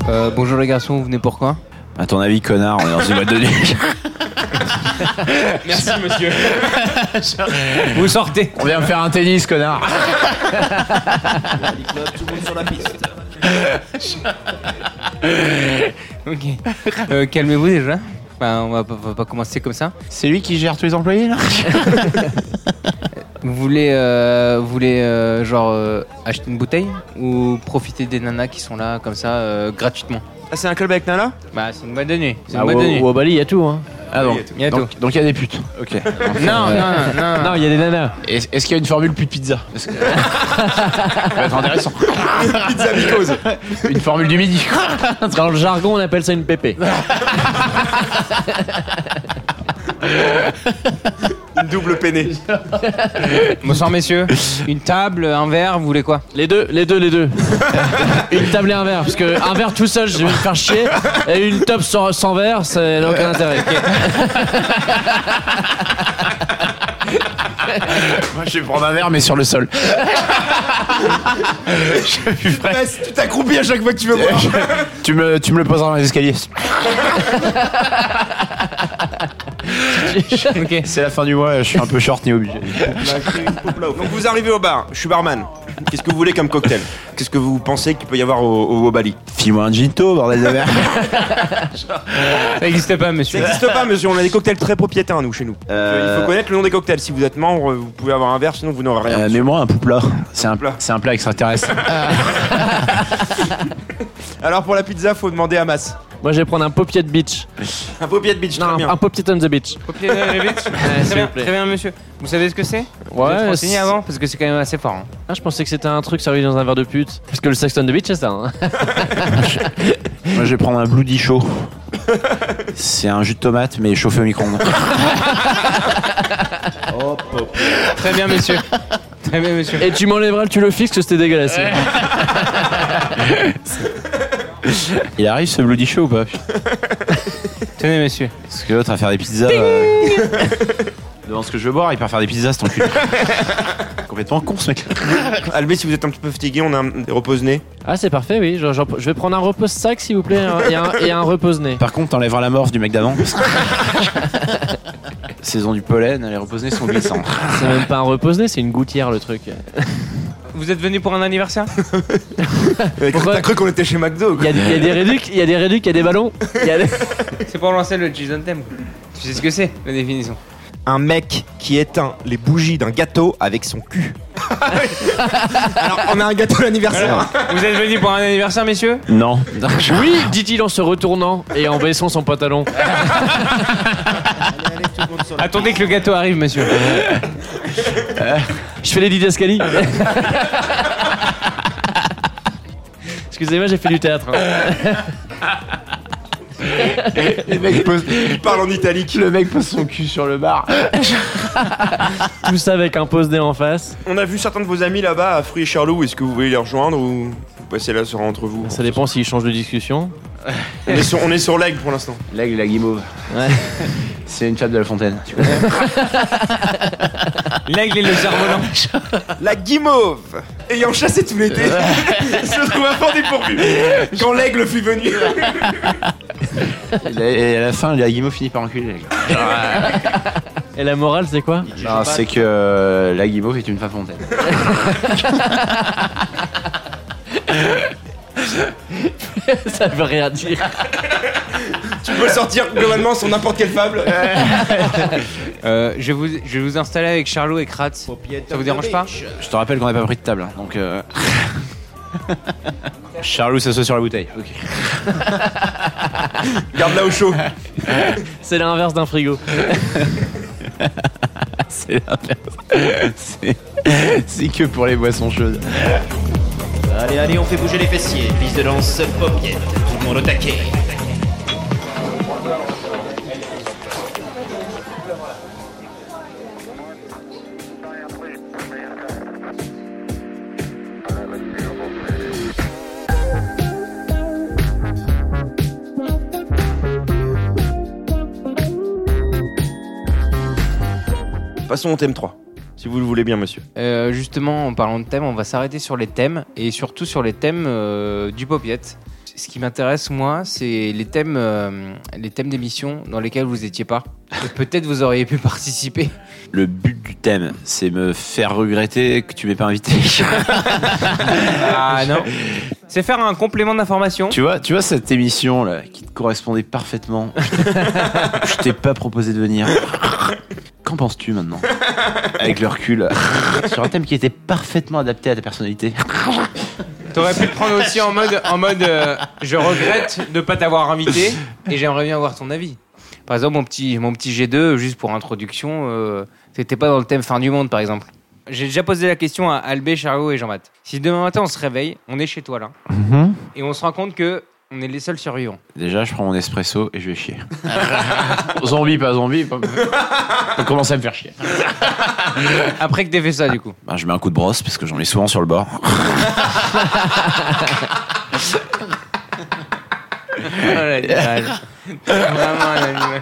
Speaker 5: Euh, bonjour les garçons, vous venez pourquoi
Speaker 2: À ton avis, connard, on est dans une boîte de nuit.
Speaker 5: Merci monsieur.
Speaker 11: Vous sortez. On vient me faire un tennis, connard.
Speaker 3: tout le monde sur la piste.
Speaker 5: Ok. Euh, Calmez-vous déjà. Enfin, on va pas, va pas commencer comme ça. C'est lui qui gère tous les employés là Vous voulez, euh, vous voulez euh, genre euh, acheter une bouteille ou profiter des nanas qui sont là comme ça euh, gratuitement
Speaker 4: Ah, c'est un club avec Nana
Speaker 5: Bah, c'est une boîte de nuit. C'est une
Speaker 1: Ah,
Speaker 5: boîte
Speaker 1: au-
Speaker 5: de nuit.
Speaker 1: au Bali, il y a tout. Hein.
Speaker 5: Ah bon. Il y a tout.
Speaker 11: Donc il y a des putes. Ok.
Speaker 5: Non, non, non.
Speaker 1: Non, il y a des nanas.
Speaker 11: Est-ce est-ce qu'il y a une formule plus de pizza Parce que- Ça va être intéressant. pizza mycose. Une formule du midi.
Speaker 1: Dans le jargon, on appelle ça une pépé.
Speaker 4: Une double peinée.
Speaker 5: Bonsoir messieurs. Une table, un verre, vous voulez quoi
Speaker 1: Les deux, les deux, les deux. une table et un verre, parce que un verre tout seul, je vais me faire chier. Et une table sans, sans verre, ça n'a aucun intérêt.
Speaker 11: Moi, je vais prendre un verre, mais sur le sol.
Speaker 4: tu t'accroupis à chaque fois que tu veux boire.
Speaker 11: tu, me, tu me le poseras dans les escaliers. C'est la fin du mois, je suis un peu short, ni obligé.
Speaker 4: Donc vous arrivez au bar, je suis barman. Qu'est-ce que vous voulez comme cocktail Qu'est-ce que vous pensez qu'il peut y avoir au, au, au Bali
Speaker 2: File-moi un ginto, bordel de merde.
Speaker 5: Ça n'existe pas monsieur.
Speaker 4: Ça n'existe pas, monsieur. On a des cocktails très propriétaires, nous, chez nous.
Speaker 2: Euh,
Speaker 4: Euh, Il faut connaître le nom des cocktails. Si vous êtes membre, vous pouvez avoir un verre, sinon vous n'aurez rien.
Speaker 2: Euh, mais moi, un poupla. C'est un, c'est un plat extraterrestre.
Speaker 4: Alors pour la pizza, faut demander à Mas.
Speaker 1: Moi, je vais prendre un popier de beach.
Speaker 4: Un popier de beach, très bien.
Speaker 1: Un popier on the beach.
Speaker 5: Papier de la bite
Speaker 1: s'il
Speaker 5: Euh, très, bien,
Speaker 1: vous plaît.
Speaker 5: très bien, monsieur. Vous savez ce que c'est Vous êtes renseigné
Speaker 1: c'est-
Speaker 5: avant Parce que c'est quand même assez fort. hein.
Speaker 1: Ah, je pensais que c'était un truc servi dans un verre de pute. Parce que le Saxton de beach, c'est ça. hein.
Speaker 2: moi, je vais prendre un bloody chaud. C'est un jus de tomate, mais chauffé au micro-ondes.
Speaker 5: Très bien, monsieur. Très bien, monsieur.
Speaker 1: Et tu m'enlèveras le tu le fixes, que c'était dégueulasse.
Speaker 2: Il arrive ce bloody chaud ou pas
Speaker 5: Tenez, monsieur.
Speaker 2: Parce que l'autre à faire des pizzas. euh, Devant ce que je veux boire, il part faire des pizzas, c'est ton cul. Complètement con ce mec.
Speaker 4: Albé, si vous êtes un petit peu fatigué, on a un des repose-nez.
Speaker 1: Ah, c'est parfait, oui. Je, je- je vais prendre un repose-sac, s'il vous plaît, hein, et un, et un repose-nez.
Speaker 2: Par contre, t'enlèveras la morve du mec d'avant. parce que- Saison du pollen, les reposés sont glissants.
Speaker 1: C'est même pas un repose-nez, c'est une gouttière, le truc.
Speaker 5: Vous êtes venu pour un anniversaire
Speaker 4: Euh, T'as cru qu'on était chez McDo
Speaker 1: Il y, a- il y a des réducs, il y a des réducs, il y a des ballons. il y a des-
Speaker 5: C'est pour lancer le Jason Thème. Tu sais ce que c'est, la définition.
Speaker 4: Un mec qui éteint les bougies d'un gâteau avec son cul. Alors, on a un gâteau d'anniversaire.
Speaker 5: Vous êtes venu pour un anniversaire, messieurs
Speaker 2: Non.
Speaker 1: Oui, dit-il en se retournant et en baissant son pantalon.
Speaker 5: Attendez que le gâteau arrive, monsieur.
Speaker 1: Je fais les didascalies. Excusez-moi, j'ai fait du théâtre. hein.
Speaker 11: Le mec pose- Il parle en italique. Le mec pose son cul sur le bar.
Speaker 1: Tout ça avec un pose-nez en face.
Speaker 4: On a vu certains de vos amis là-bas, à Free et Charlot. Est-ce que vous voulez les rejoindre ou vous passez la soirée entre vous
Speaker 1: Ça dépend s'il change de discussion.
Speaker 4: on est, sur, on est sur l'aigle pour l'instant.
Speaker 2: L'aigle, la guimauve.
Speaker 1: Ouais.
Speaker 2: C'est une fable de la fontaine. tu vois.
Speaker 5: L'aigle et le cerf-volant.
Speaker 4: La guimauve Ayant chassé tout l'été, se trouve à fort dépourvu. Quand l'aigle fut venu.
Speaker 2: Et à la fin, la guimauve finit par enculer l'aigle.
Speaker 1: Et la morale, c'est quoi
Speaker 2: Non, c'est que euh, la guimauve est une femme fontaine.
Speaker 1: Ça veut rien dire.
Speaker 4: tu peux sortir globalement sur n'importe quelle fable.
Speaker 5: Euh, je, vais vous, je vais vous installer avec Charlot et Kratz. Ça vous dérange pas
Speaker 2: Je te rappelle qu'on n'a pas pris de table, hein, donc. Euh... Charlot s'assoit sur la bouteille.
Speaker 4: Garde-la au chaud.
Speaker 1: C'est l'inverse d'un frigo.
Speaker 2: c'est l'inverse. C'est- C'est que pour les boissons chaudes.
Speaker 3: Allez, allez, on fait bouger les fessiers. Piste de danse, paupiette. Tout le monde au taquet.
Speaker 4: Passons au thème 3. Si vous le voulez bien, monsieur.
Speaker 5: Euh, justement, en parlant de thèmes, on va s'arrêter sur les thèmes et surtout sur les thèmes euh, du popiette. Ce qui m'intéresse, moi, c'est les thèmes, euh, les thèmes d'émissions dans lesquels vous étiez pas. Et Peut-être vous auriez pu participer.
Speaker 2: Le but du thème, c'est me faire regretter que tu m'aies pas invité.
Speaker 5: Ah non. C'est faire un complément d'information.
Speaker 2: Tu vois, tu vois cette émission là qui te correspondait parfaitement. Je t'ai pas proposé de venir. Qu'en penses-tu maintenant Avec le recul, sur un thème qui était parfaitement adapté à ta personnalité.
Speaker 5: T'aurais pu te prendre aussi en mode, en mode euh, je regrette de pas t'avoir invité et j'aimerais bien avoir ton avis. Par exemple, mon petit, mon petit G2, juste pour introduction, euh, t'étais pas dans le thème fin du monde, par exemple. J'ai déjà posé la question à Albé, Charlot et Jean-Math. Si demain matin on se réveille, on est chez toi là, et on se rend compte que on est les seuls survivants.
Speaker 2: Déjà, je prends mon espresso et je vais chier.
Speaker 11: zombie, pas zombie. Pas... Faut commencer à me faire chier.
Speaker 5: Après que t'aies fait ça, du coup.
Speaker 2: Ben, je mets un coup de brosse parce que j'en ai souvent sur le bord.
Speaker 5: Oh l'animal. Vraiment un animal.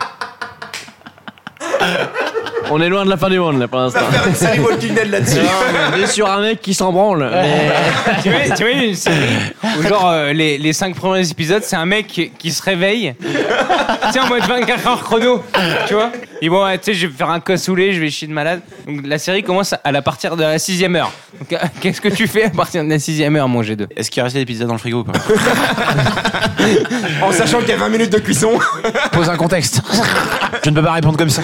Speaker 1: On est loin de la fin du monde là pour l'instant. Non, mais on est sur un mec qui s'en branle. mais-
Speaker 5: tu vois, tu vois une série où genre euh, les, les cinq premiers épisodes, c'est un mec qui, qui se réveille, tu sais, en mode 24 heures chrono, tu vois. Et bon, ouais, tu sais, je vais faire un cassoulet, je vais chier de malade. Donc la série commence à la partir de la sixième heure. Donc euh, qu'est-ce que tu fais à partir de la sixième heure, mon G2
Speaker 2: Est-ce qu'il y a resté des pizzas dans le frigo ou pas
Speaker 4: En sachant qu'il y a 20 minutes de cuisson.
Speaker 11: Pose un contexte. Je ne peux pas répondre comme ça.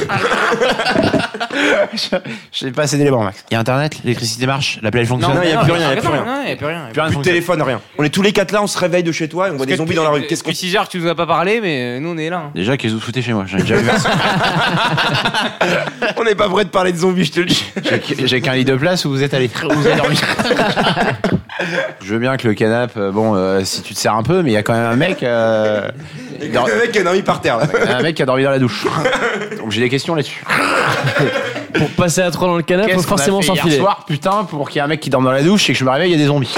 Speaker 11: Je- Je n'ai pas assez d'éléments, Max.
Speaker 2: Il y a internet, l'électricité marche, la plage
Speaker 4: Non,
Speaker 2: fonctionne.
Speaker 4: non, il n'y a plus rien, il n'y a
Speaker 5: non,
Speaker 4: plus rien.
Speaker 5: non, y a plus rien.
Speaker 4: Plus de téléphone, rien. On est tous les quatre là, on se réveille de chez toi et on voit des zombies dans la rue. Qu'est-ce qu'on
Speaker 5: Depuis 6 heures, tu nous as pas parlé, mais euh, nous on est là. hein.
Speaker 2: Déjà, qu'ils vous foutaient chez moi. J'en ai déjà vu verser.
Speaker 4: On n'est pas prêt de parler de zombies, je te le dis.
Speaker 11: J'ai- J'ai qu'un lit de place où vous êtes allé. Où vous êtes dormi. Je veux bien que le canap, euh, bon, euh, si tu te sers un peu, mais il y a quand même un mec. euh, dans-
Speaker 4: Le mec est dormi par terre là.
Speaker 11: un mec qui a dormi dans la douche. Donc j'ai des questions là-dessus.
Speaker 1: Pour passer à 3 dans le canapé, faut
Speaker 11: Qu'est-ce qu'on a
Speaker 1: forcément
Speaker 11: fait hier
Speaker 1: s'enfiler.
Speaker 11: soir, putain, pour qu'il y ait un mec qui dorme dans la douche et que je me réveille, il y a des zombies.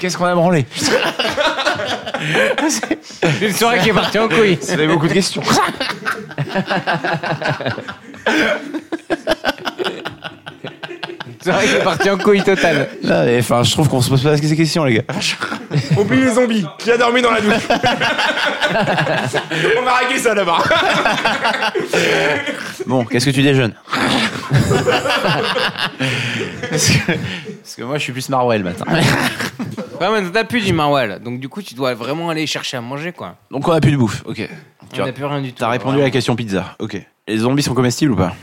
Speaker 11: Qu'est-ce qu'on a branlé
Speaker 5: C'est une soirée qui est partie en couille.
Speaker 11: Vous avez beaucoup de questions.
Speaker 5: C'est vrai qu'il est parti en couille totale.
Speaker 2: Non, mais, Enfin, je trouve qu'on se pose pas ces questions, les gars.
Speaker 4: Oublie les zombies. Qui a dormi dans la douche On va régler ça là-bas.
Speaker 2: Bon, qu'est-ce que tu déjeunes parce, que, parce que moi, je suis plus Marwell le matin.
Speaker 5: Ouais, mais t'as plus du maroilles, donc du coup tu dois vraiment aller chercher à manger quoi.
Speaker 2: Donc, on a plus de bouffe. Ok. Tu
Speaker 5: on
Speaker 2: as,
Speaker 5: n'a plus rien du tout.
Speaker 2: t'as répondu à la question pizza. Ok. Les zombies sont comestibles ou pas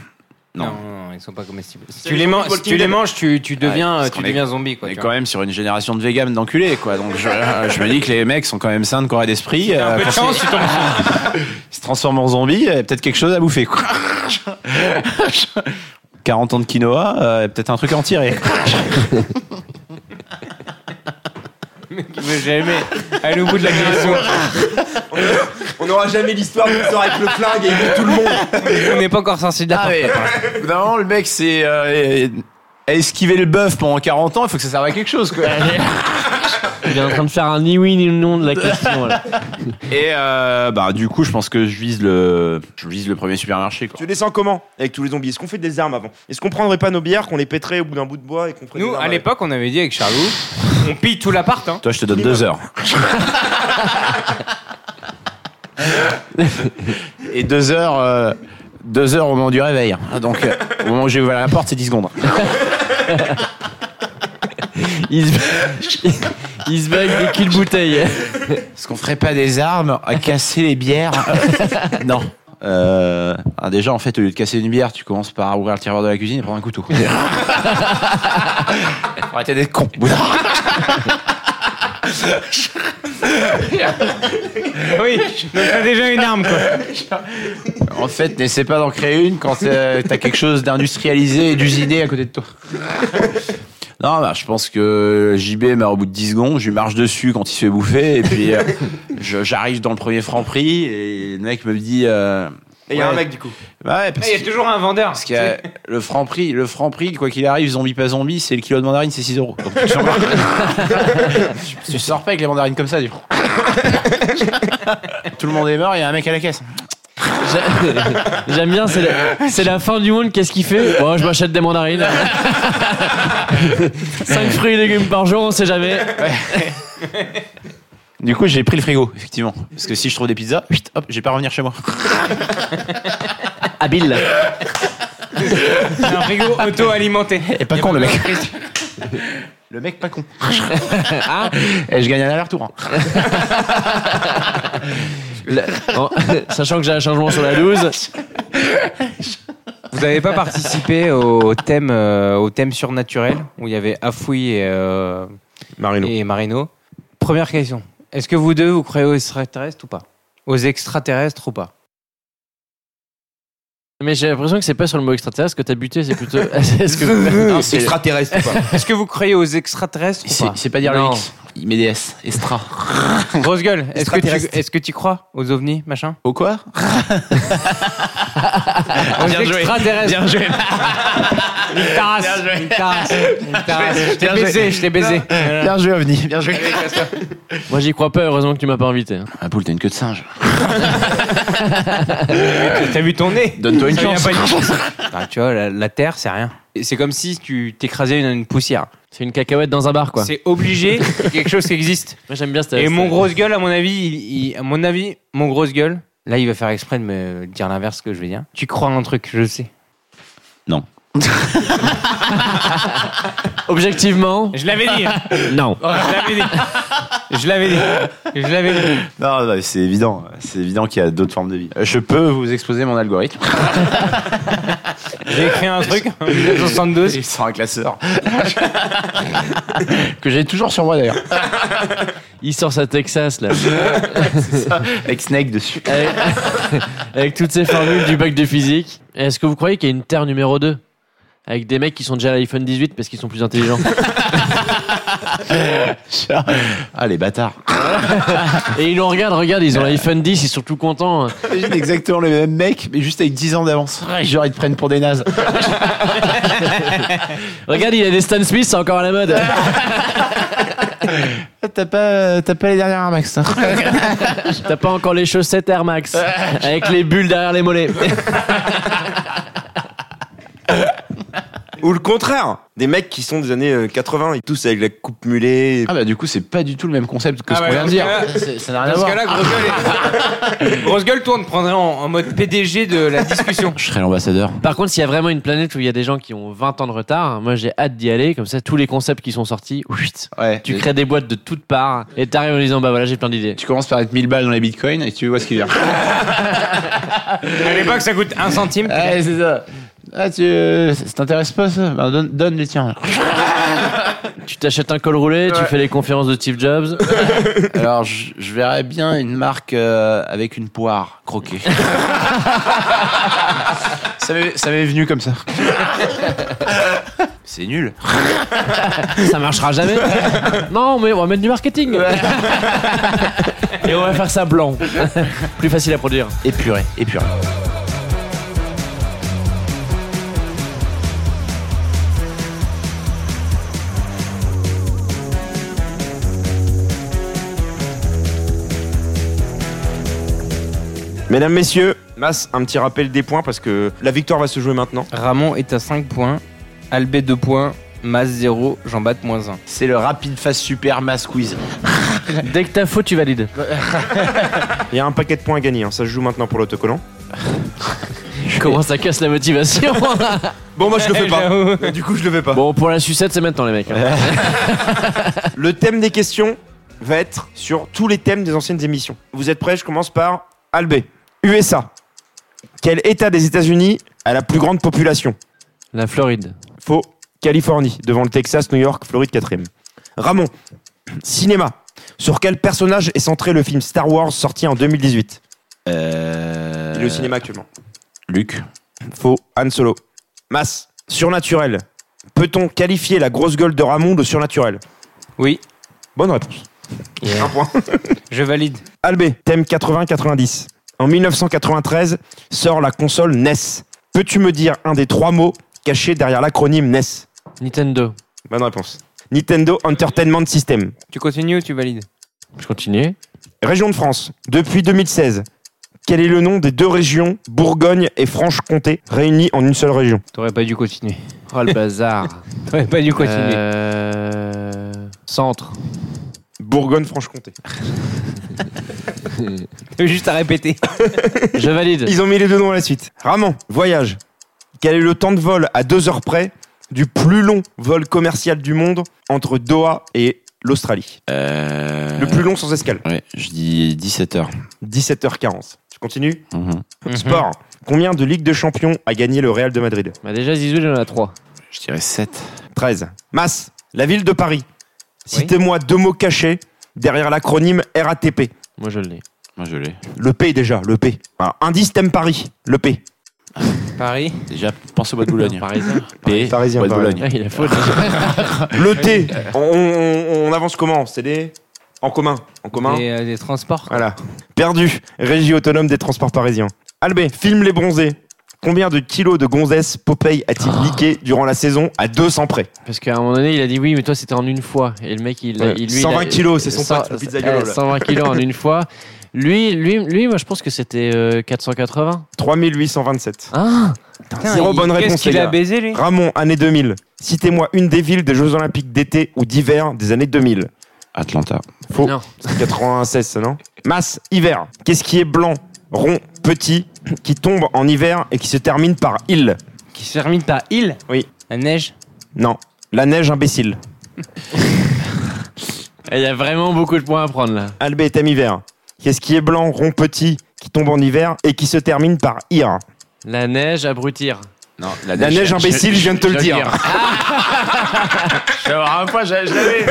Speaker 5: Non. non, non, ils sont pas comestibles. Si
Speaker 4: C'est
Speaker 5: tu
Speaker 4: les
Speaker 5: les,
Speaker 4: gens
Speaker 5: man-
Speaker 4: du
Speaker 5: si
Speaker 4: Walking
Speaker 5: tu les
Speaker 4: Dead.
Speaker 5: manges, tu, tu deviens, euh,
Speaker 2: parce
Speaker 5: tu
Speaker 2: qu'on est-
Speaker 5: deviens zombie
Speaker 2: On
Speaker 5: quoi.
Speaker 2: est
Speaker 5: tu
Speaker 2: quand même sur une génération de végans d'enculés, quoi. Donc, je, je me dis que les mecs sont quand même sains de corps et d'esprit.
Speaker 5: vois.
Speaker 2: euh,
Speaker 5: Un peu de
Speaker 2: forcément,
Speaker 5: chance, tu tombes.
Speaker 2: Ils se transforment en zombies. Il y a peut-être quelque chose à bouffer, quoi. 40 ans de quinoa, euh, il y a peut-être un truc à en tirer.
Speaker 5: Je vais jamais aller au bout de la question.
Speaker 4: On n'aura jamais l'histoire d'une soirée avec le flingue et il tue tout le monde.
Speaker 5: On n'est pas encore sorti de la
Speaker 11: Ah mais non, le mec c'est euh, euh, esquiver le bœuf pendant 40 ans, il faut que ça serve à quelque chose quoi.
Speaker 1: Il est en train de faire un ni oui ni non de la question. là.
Speaker 2: Et euh, bah du coup, je pense que je vise le, je vise le premier supermarché. Quoi.
Speaker 4: Tu les sens comment Avec tous les zombies. Est-ce qu'on fait des armes avant Est-ce qu'on prendrait pas nos bières, qu'on les pèterait au bout d'un bout de bois et qu'on ferait des
Speaker 5: Nous,
Speaker 4: armes
Speaker 5: à
Speaker 4: avec
Speaker 5: l'époque, on avait dit avec Charlot, on pille tout l'appart. Hein.
Speaker 2: Toi, je te donne deux heures.
Speaker 11: Et deux heures, euh, deux heures au moment du réveil. Donc euh, au moment où j'ai ouvert la porte, c'est 10 secondes.
Speaker 1: Il se, il se bat avec des kills bouteilles.
Speaker 11: Est-ce qu'on ferait pas des armes à casser les bières
Speaker 2: non. Euh, ah, déjà, en fait, au lieu de casser une bière, tu commences par ouvrir le tiroir de la cuisine et prendre un couteau.
Speaker 11: Arrêtez d'être con.
Speaker 5: Oui, donc t'as déjà une arme quoi.
Speaker 11: En fait, n'essaie pas d'en créer une quand euh, t'as quelque chose d'industrialisé et d'usiné à côté de toi.
Speaker 2: non, bah, je pense que JB meurt au bout de 10 secondes. Je lui marche dessus quand il se fait bouffer. Et puis, euh, je- j'arrive dans le premier franc prix et le mec me dit. euh,
Speaker 4: Et il y a un
Speaker 2: Ouais.
Speaker 4: mec du coup.
Speaker 2: ouais, parce
Speaker 5: Il y a toujours un vendeur.
Speaker 2: Parce qu'il y a le franc prix, le franc prix, quoi qu'il arrive, zombie pas zombie, c'est le kilo de mandarine, c'est 6 euros. Donc, tu, sors pas, tu sors pas avec les mandarines comme ça, du coup. Tout le monde est mort, il y a un mec à la caisse.
Speaker 1: J'a- J'aime bien, c'est la, c'est la fin du monde, qu'est-ce qu'il fait Bon, je m'achète des mandarines. 5 fruits et légumes par jour, on sait jamais.
Speaker 2: Du coup, j'ai pris le frigo, effectivement. Parce que si je trouve des pizzas, chut, hop, j'ai pas à revenir chez moi.
Speaker 1: Habile.
Speaker 5: Un frigo auto-alimenté.
Speaker 2: Et pas con, le mec. Le mec, pas con. Ah. Et je gagne un aller-retour. hein.
Speaker 1: La- en- sachant que j'ai un changement sur la 12.
Speaker 5: Vous n'avez pas participé au thème, euh, au thème surnaturel où il y avait Afoui et, euh,
Speaker 4: Marino.
Speaker 5: et Marino. Première question. Est-ce que vous deux, vous croyez aux extraterrestres ou pas Aux extraterrestres ou pas
Speaker 1: Mais j'ai l'impression que c'est pas sur le mot extraterrestre que t'as buté, c'est plutôt. Est-ce que...
Speaker 4: Non, c'est- Extraterrestre ou pas
Speaker 5: Est-ce que vous croyez aux extraterrestres ou pas
Speaker 1: sait pas dire le X.
Speaker 2: Il met des S. Estra.
Speaker 5: Grosse gueule, est-ce que, tu,
Speaker 2: Extraterrestre.
Speaker 5: est-ce que tu crois aux ovnis, machin
Speaker 2: Au quoi
Speaker 5: Aux
Speaker 2: Bien joué.
Speaker 5: extraterrestres
Speaker 2: Bien joué.
Speaker 5: Nick Taras, Nick Taras, Nick Taras. Je t'ai baisé, je t'ai baisé.
Speaker 2: Bien joué, OVNI. Bien joué.
Speaker 1: Moi j'y crois pas, heureusement que tu m'as pas invité. hein.
Speaker 2: Ah, poule, t'as une queue de singe.
Speaker 5: T'as vu ton nez
Speaker 2: Donne-toi une
Speaker 5: Ça vient
Speaker 2: chance.
Speaker 5: pas d'une chance. Bah, tu vois, la, la Terre, c'est rien. Et C'est comme si tu t'écrasais une, une poussière.
Speaker 1: C'est une cacahuète dans un bar quoi.
Speaker 5: C'est obligé, c'est quelque chose qui existe.
Speaker 1: Moi j'aime bien cette.
Speaker 5: Et
Speaker 1: cette-
Speaker 5: mon grosse gueule, à mon avis, il- il- à mon avis, mon grosse gueule, là, il va faire exprès de me dire l'inverse que je vais dire. Tu crois en un truc, je le sais.
Speaker 1: Objectivement,
Speaker 5: Je l'avais dit. hein.
Speaker 1: non.
Speaker 5: Je l'avais dit. Je l'avais dit. Je l'avais dit.
Speaker 2: Non, non, c'est évident. C'est évident qu'il y a d'autres formes de vie. Euh, Je peux vous exposer mon algorithme.
Speaker 5: J'ai écrit un truc en 1972.
Speaker 2: Il sort un classeur. que j'ai toujours sur moi d'ailleurs.
Speaker 1: Il sort sa Texas là.
Speaker 2: Avec Snake dessus.
Speaker 1: avec, avec toutes ces formules du bac de physique. Est-ce que vous croyez qu'il y a une Terre numéro 2 avec des mecs qui sont déjà à l'iPhone 18 parce qu'ils sont plus intelligents
Speaker 2: Ah, les bâtards.
Speaker 1: Et ils nous regardent, regarde, ils ont l'iPhone 10, ils sont tout contents.
Speaker 2: Imagine exactement le même mec, mais juste avec 10 ans d'avance. Ouais, Genre, ils te prennent pour des nazes.
Speaker 1: Regarde, il a des Stan Smith, c'est encore à la mode.
Speaker 2: Ah, T'as pas, t'as pas les dernières Max.
Speaker 1: T'as pas encore les chaussettes Air Max avec les bulles derrière les mollets.
Speaker 4: Ou le contraire Des mecs qui sont des années euh, 80 et tous avec la coupe mulet.
Speaker 2: Ah bah du coup, c'est pas du tout le même concept que
Speaker 5: Ah
Speaker 2: ce
Speaker 5: bah,
Speaker 2: qu'on vient de
Speaker 5: dans
Speaker 2: dire.
Speaker 5: ce cas-là-
Speaker 2: C'est- Ça n'a rien à
Speaker 5: Parce
Speaker 2: voir.
Speaker 5: que là, grosse gueule, est- grosse gueule, toi, on te prendrait en, en mode PDG de la discussion.
Speaker 2: Je serais l'ambassadeur.
Speaker 1: Par contre, s'il y a vraiment une planète où il y a des gens qui ont 20 ans de retard, moi j'ai hâte d'y aller. Comme ça, tous les concepts qui sont sortis, whitt,
Speaker 2: Ouais.
Speaker 1: tu
Speaker 2: Tu,
Speaker 1: crées des boîtes de toutes parts et t'arrives en disant bah voilà, j'ai plein d'idées.
Speaker 2: tu commences par être 1000 balles dans les bitcoins et tu vois ce qui vient.
Speaker 5: À l'époque, ça coûte un centime.
Speaker 2: ouais, c'est ça. Ah, tu. Ça t'intéresse pas ça bah, donne, donne les tiens.
Speaker 1: Tu t'achètes un col roulé, tu
Speaker 2: Ouais.
Speaker 1: fais les conférences de Steve Jobs.
Speaker 2: Alors, je, je verrais bien une marque euh, avec une poire croquée. ça m'est ça m'est venu comme ça. C'est nul.
Speaker 1: ça marchera jamais. non, mais on va mettre du marketing. Et on va faire ça blanc. Plus facile à produire.
Speaker 2: Épuré, épuré.
Speaker 4: Mesdames, messieurs, Mas, un petit rappel des points parce que la victoire va se jouer maintenant.
Speaker 5: Ramon est à 5 points, Albé 2 points, Mas 0, Jean-Bat moins 1.
Speaker 2: C'est le rapide face super mass quiz.
Speaker 1: Dès que t'as faux, tu valides.
Speaker 4: Il y a un paquet de points à gagner, hein. ça se joue maintenant pour l'autocollant.
Speaker 1: Comment ça casse la motivation
Speaker 4: Bon, moi je
Speaker 5: Eh,
Speaker 4: le fais pas. du coup, je le fais pas.
Speaker 1: Bon, pour la sucette, c'est maintenant, les mecs. hein.
Speaker 4: Le thème des questions va être sur tous les thèmes des anciennes émissions. Vous êtes prêts Je commence par Albé. USA. Quel état des États-Unis a la plus grande population
Speaker 1: La Floride.
Speaker 4: Faux. Californie, devant le Texas, New York, Floride 4ème. Ramon. Cinéma. Sur quel personnage est centré le film Star Wars sorti en 2018
Speaker 2: Euh...
Speaker 4: Il est au cinéma actuellement.
Speaker 2: Luc.
Speaker 4: Faux. Han Solo. Masse. Surnaturel. Peut-on qualifier la grosse gueule de Ramon de surnaturel
Speaker 5: Oui,
Speaker 4: Bonne réponse. Un point.
Speaker 5: je valide.
Speaker 4: Albé, thème 80-90. En 1993 sort la console NES. Peux-tu me dire un des trois mots cachés derrière l'acronyme NES
Speaker 1: Nintendo.
Speaker 4: Bonne réponse. Nintendo Entertainment System.
Speaker 5: Tu continues ou tu valides
Speaker 1: Je continue.
Speaker 4: Région de France, depuis 2016, Quel est le nom des deux régions, Bourgogne et Franche-Comté, réunies en une seule région
Speaker 5: T'aurais pas dû continuer.
Speaker 1: Oh le bazar.
Speaker 5: T'aurais pas dû continuer.
Speaker 1: Euh... Centre.
Speaker 4: Bourgogne-Franche-Comté.
Speaker 5: Juste à répéter.
Speaker 1: Je valide.
Speaker 4: Ils ont mis les deux noms à la suite. Ramon, voyage. Quel est le temps de vol à deux heures près du plus long vol commercial du monde entre Doha et l'Australie Le plus long sans escale.
Speaker 2: euh, Ouais, je dis Mhm. 17h.
Speaker 4: 17h40. Je continue Sport. Combien de Ligue de Champions a gagné le Real de Madrid
Speaker 5: Ah,
Speaker 1: Bah déjà Zizou, il en a 3.
Speaker 2: Je dirais 7.
Speaker 4: 13. Masse, la ville de Paris. Citez-moi deux mots cachés derrière l'acronyme RATP.
Speaker 1: Moi je l'ai.
Speaker 2: Moi, je l'ai.
Speaker 4: Le P déjà, le P. Voilà. Indice thème Paris, le P.
Speaker 5: Paris.
Speaker 2: Déjà, pense au bois de Boulogne.
Speaker 1: Parisien.
Speaker 2: P,
Speaker 4: Parisien,
Speaker 2: bois de
Speaker 4: pareil.
Speaker 2: Boulogne.
Speaker 1: Ah, il a faute.
Speaker 4: Le T, on, on- on avance comment C'est des... En commun. En commun.
Speaker 5: Et euh, des transports.
Speaker 4: Voilà. Perdu. Régie autonome des transports parisiens. Albé, filme les bronzés. Combien de kilos de gonzesse Popeye a-t-il
Speaker 5: Ah.
Speaker 4: liqué durant la saison à 200 près
Speaker 1: Parce qu'à un moment donné, il a dit oui, mais toi c'était en une fois. Et le mec, il,
Speaker 4: Ouais.
Speaker 1: il- lui, il
Speaker 4: 120
Speaker 1: a-
Speaker 4: kilos, c'est son
Speaker 1: cent-
Speaker 4: pote, le pizzaiolo,
Speaker 1: eh,
Speaker 4: là.
Speaker 1: 120 kilos en une fois. Lui, lui, lui, moi je pense que c'était euh, 480.
Speaker 4: 3827.
Speaker 1: Hein
Speaker 5: Putain,
Speaker 4: Zéro
Speaker 5: il-
Speaker 4: bonne réponse.
Speaker 5: Qu'est-ce qu'il
Speaker 4: les
Speaker 5: a
Speaker 4: gars.
Speaker 5: baisé lui
Speaker 4: Ramon, année 2000. Citez-moi une des villes des Jeux Olympiques d'été ou d'hiver des années 2000.
Speaker 2: Atlanta.
Speaker 4: Faux.
Speaker 1: Non.
Speaker 4: C'est 96, ça, non Masse, hiver. Qu'est-ce qui est blanc, rond, petit, qui tombe en hiver et qui se termine par île
Speaker 5: Qui se termine par île
Speaker 4: Oui.
Speaker 5: La neige
Speaker 4: Non. La neige imbécile.
Speaker 1: Eh, Il y a vraiment beaucoup de points à prendre là.
Speaker 4: Albé, thème hiver. Qu'est-ce qui est blanc, rond, petit, qui tombe en hiver et qui se termine par ir
Speaker 1: La neige, abrutir.
Speaker 2: Non,
Speaker 4: La neige imbécile, je viens de te le dire.
Speaker 11: Alors, une fois, je je l'avais.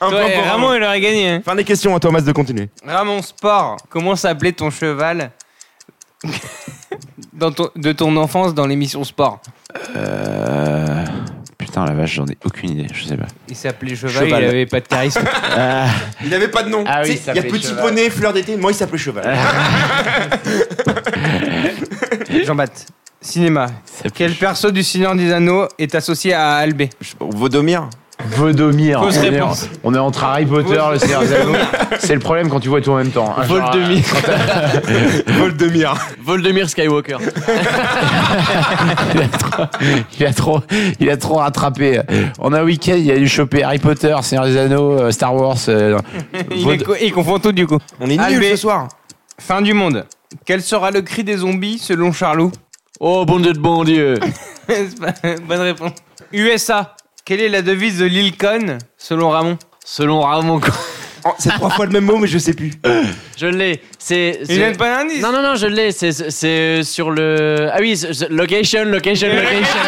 Speaker 4: Un point
Speaker 5: Ouais,
Speaker 4: pour
Speaker 5: Ramon,
Speaker 4: Ramon.
Speaker 5: il aurait gagné. hein.
Speaker 4: Fin des questions à Thomas de continuer.
Speaker 5: Ramon Sport, comment s'appelait ton cheval dans ton- de ton enfance dans l'émission Sport
Speaker 2: Euh... Putain, la vache, j'en ai aucune idée. Je sais pas.
Speaker 5: Il s'appelait cheval,
Speaker 4: Cheval.
Speaker 5: il avait pas de charisme.
Speaker 4: Il n'avait pas de nom.
Speaker 11: Ah oui,
Speaker 4: Tu
Speaker 11: il
Speaker 4: sais, il y a
Speaker 11: s'appelait
Speaker 4: Petit
Speaker 11: Cheval.
Speaker 4: Poney, Fleur d'été, moi il s'appelait Cheval.
Speaker 5: Jean-Baptiste, cinéma. Quel perso du Seigneur des Anneaux est associé à Albé
Speaker 4: Vodomir
Speaker 11: Vodomir.
Speaker 5: Fausse
Speaker 11: hein. on, est en,
Speaker 5: réponse.
Speaker 11: on est entre Harry Potter, le Seigneur des Anneaux. C'est le problème quand tu vois tout en même temps. hein. Genre,
Speaker 1: Voldemir.
Speaker 4: Voldemir.
Speaker 1: Voldemir Skywalker.
Speaker 11: Il a trop, il a trop rattrapé. En un week-end, il a dû choper Harry Potter, Seigneur des Anneaux, euh, Star Wars. euh,
Speaker 5: il,
Speaker 11: Vaud-
Speaker 5: est co- il confond tout du coup.
Speaker 4: On est nuls
Speaker 5: Albé.
Speaker 4: ce soir.
Speaker 5: Fin du monde. Quel sera le cri des zombies selon Charlot
Speaker 1: Oh bon Dieu de bon Dieu.
Speaker 5: C'est pas- Bonne réponse. USA. Quelle est la devise de l'île Con selon Ramon
Speaker 1: Selon Ramon. quoi.
Speaker 4: Oh, C'est trois fois le même mot, mais je sais plus.
Speaker 1: Je l'ai. C'est.
Speaker 5: Il
Speaker 1: c'est-
Speaker 5: donne pas d'indice
Speaker 1: Non, non, non, je l'ai. C'est- C'est c'est, euh, sur le. Ah oui, c'est- c'est- location, location, location.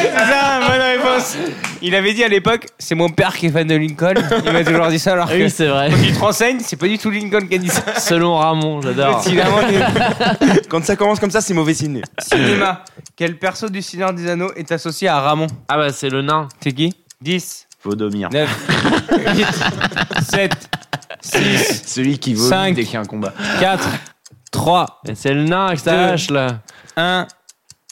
Speaker 5: C'est ça, bonne réponse. Il avait dit à l'époque, c'est mon père qui est fan de Lincoln. Il m'a toujours dit ça alors
Speaker 1: Ah
Speaker 5: que
Speaker 1: oui, c'est vrai.
Speaker 5: quand tu te renseignes, c'est pas du tout Lincoln qui a dit ça.
Speaker 1: Selon Ramon, j'adore.
Speaker 5: Petit Lamont, il-
Speaker 4: Quand ça commence comme ça, c'est mauvais signe.
Speaker 5: Cinéma. Quel perso du Seigneur des Anneaux est associé à Ramon
Speaker 1: Ah bah c'est le nain.
Speaker 5: C'est qui 10,
Speaker 2: Vodomir.
Speaker 5: 9, 8, 7, 6,
Speaker 11: Celui qui vomit
Speaker 5: Cinq.
Speaker 11: dès qu'il y a un combat.
Speaker 5: 4, 3,
Speaker 1: Et C'est le nain avec sa
Speaker 5: Deux.
Speaker 1: hache là.
Speaker 5: 1,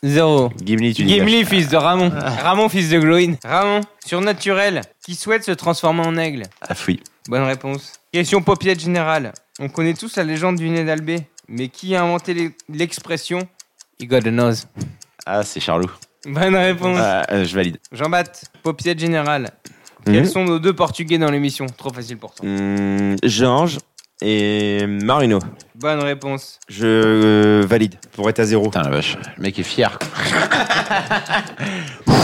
Speaker 5: 0.
Speaker 2: Gimli, tu dis.
Speaker 5: Gimli, fils de Ramon.
Speaker 2: Ah.
Speaker 5: Ramon, fils de Gloin. Ramon, surnaturel, qui souhaite se transformer en aigle.
Speaker 2: Ah, fouille.
Speaker 5: Bonne réponse. Question paupiette générale. On connaît tous la légende du nez d'Albé, mais qui a inventé l'e- l'expression You got a nose
Speaker 2: Ah, c'est Charlot.
Speaker 5: Bonne réponse.
Speaker 2: Ah, euh, je valide.
Speaker 5: Jean-Baptiste, paupiette générale.
Speaker 2: Hmm.
Speaker 4: Mhm.
Speaker 5: Quels sont nos deux Portugais dans l'émission Trop facile pour toi.
Speaker 4: Hmm, Georges et Marino.
Speaker 5: Bonne réponse.
Speaker 4: Je euh, valide pour être à zéro.
Speaker 2: Putain, la vache. Le mec est fier. quoi.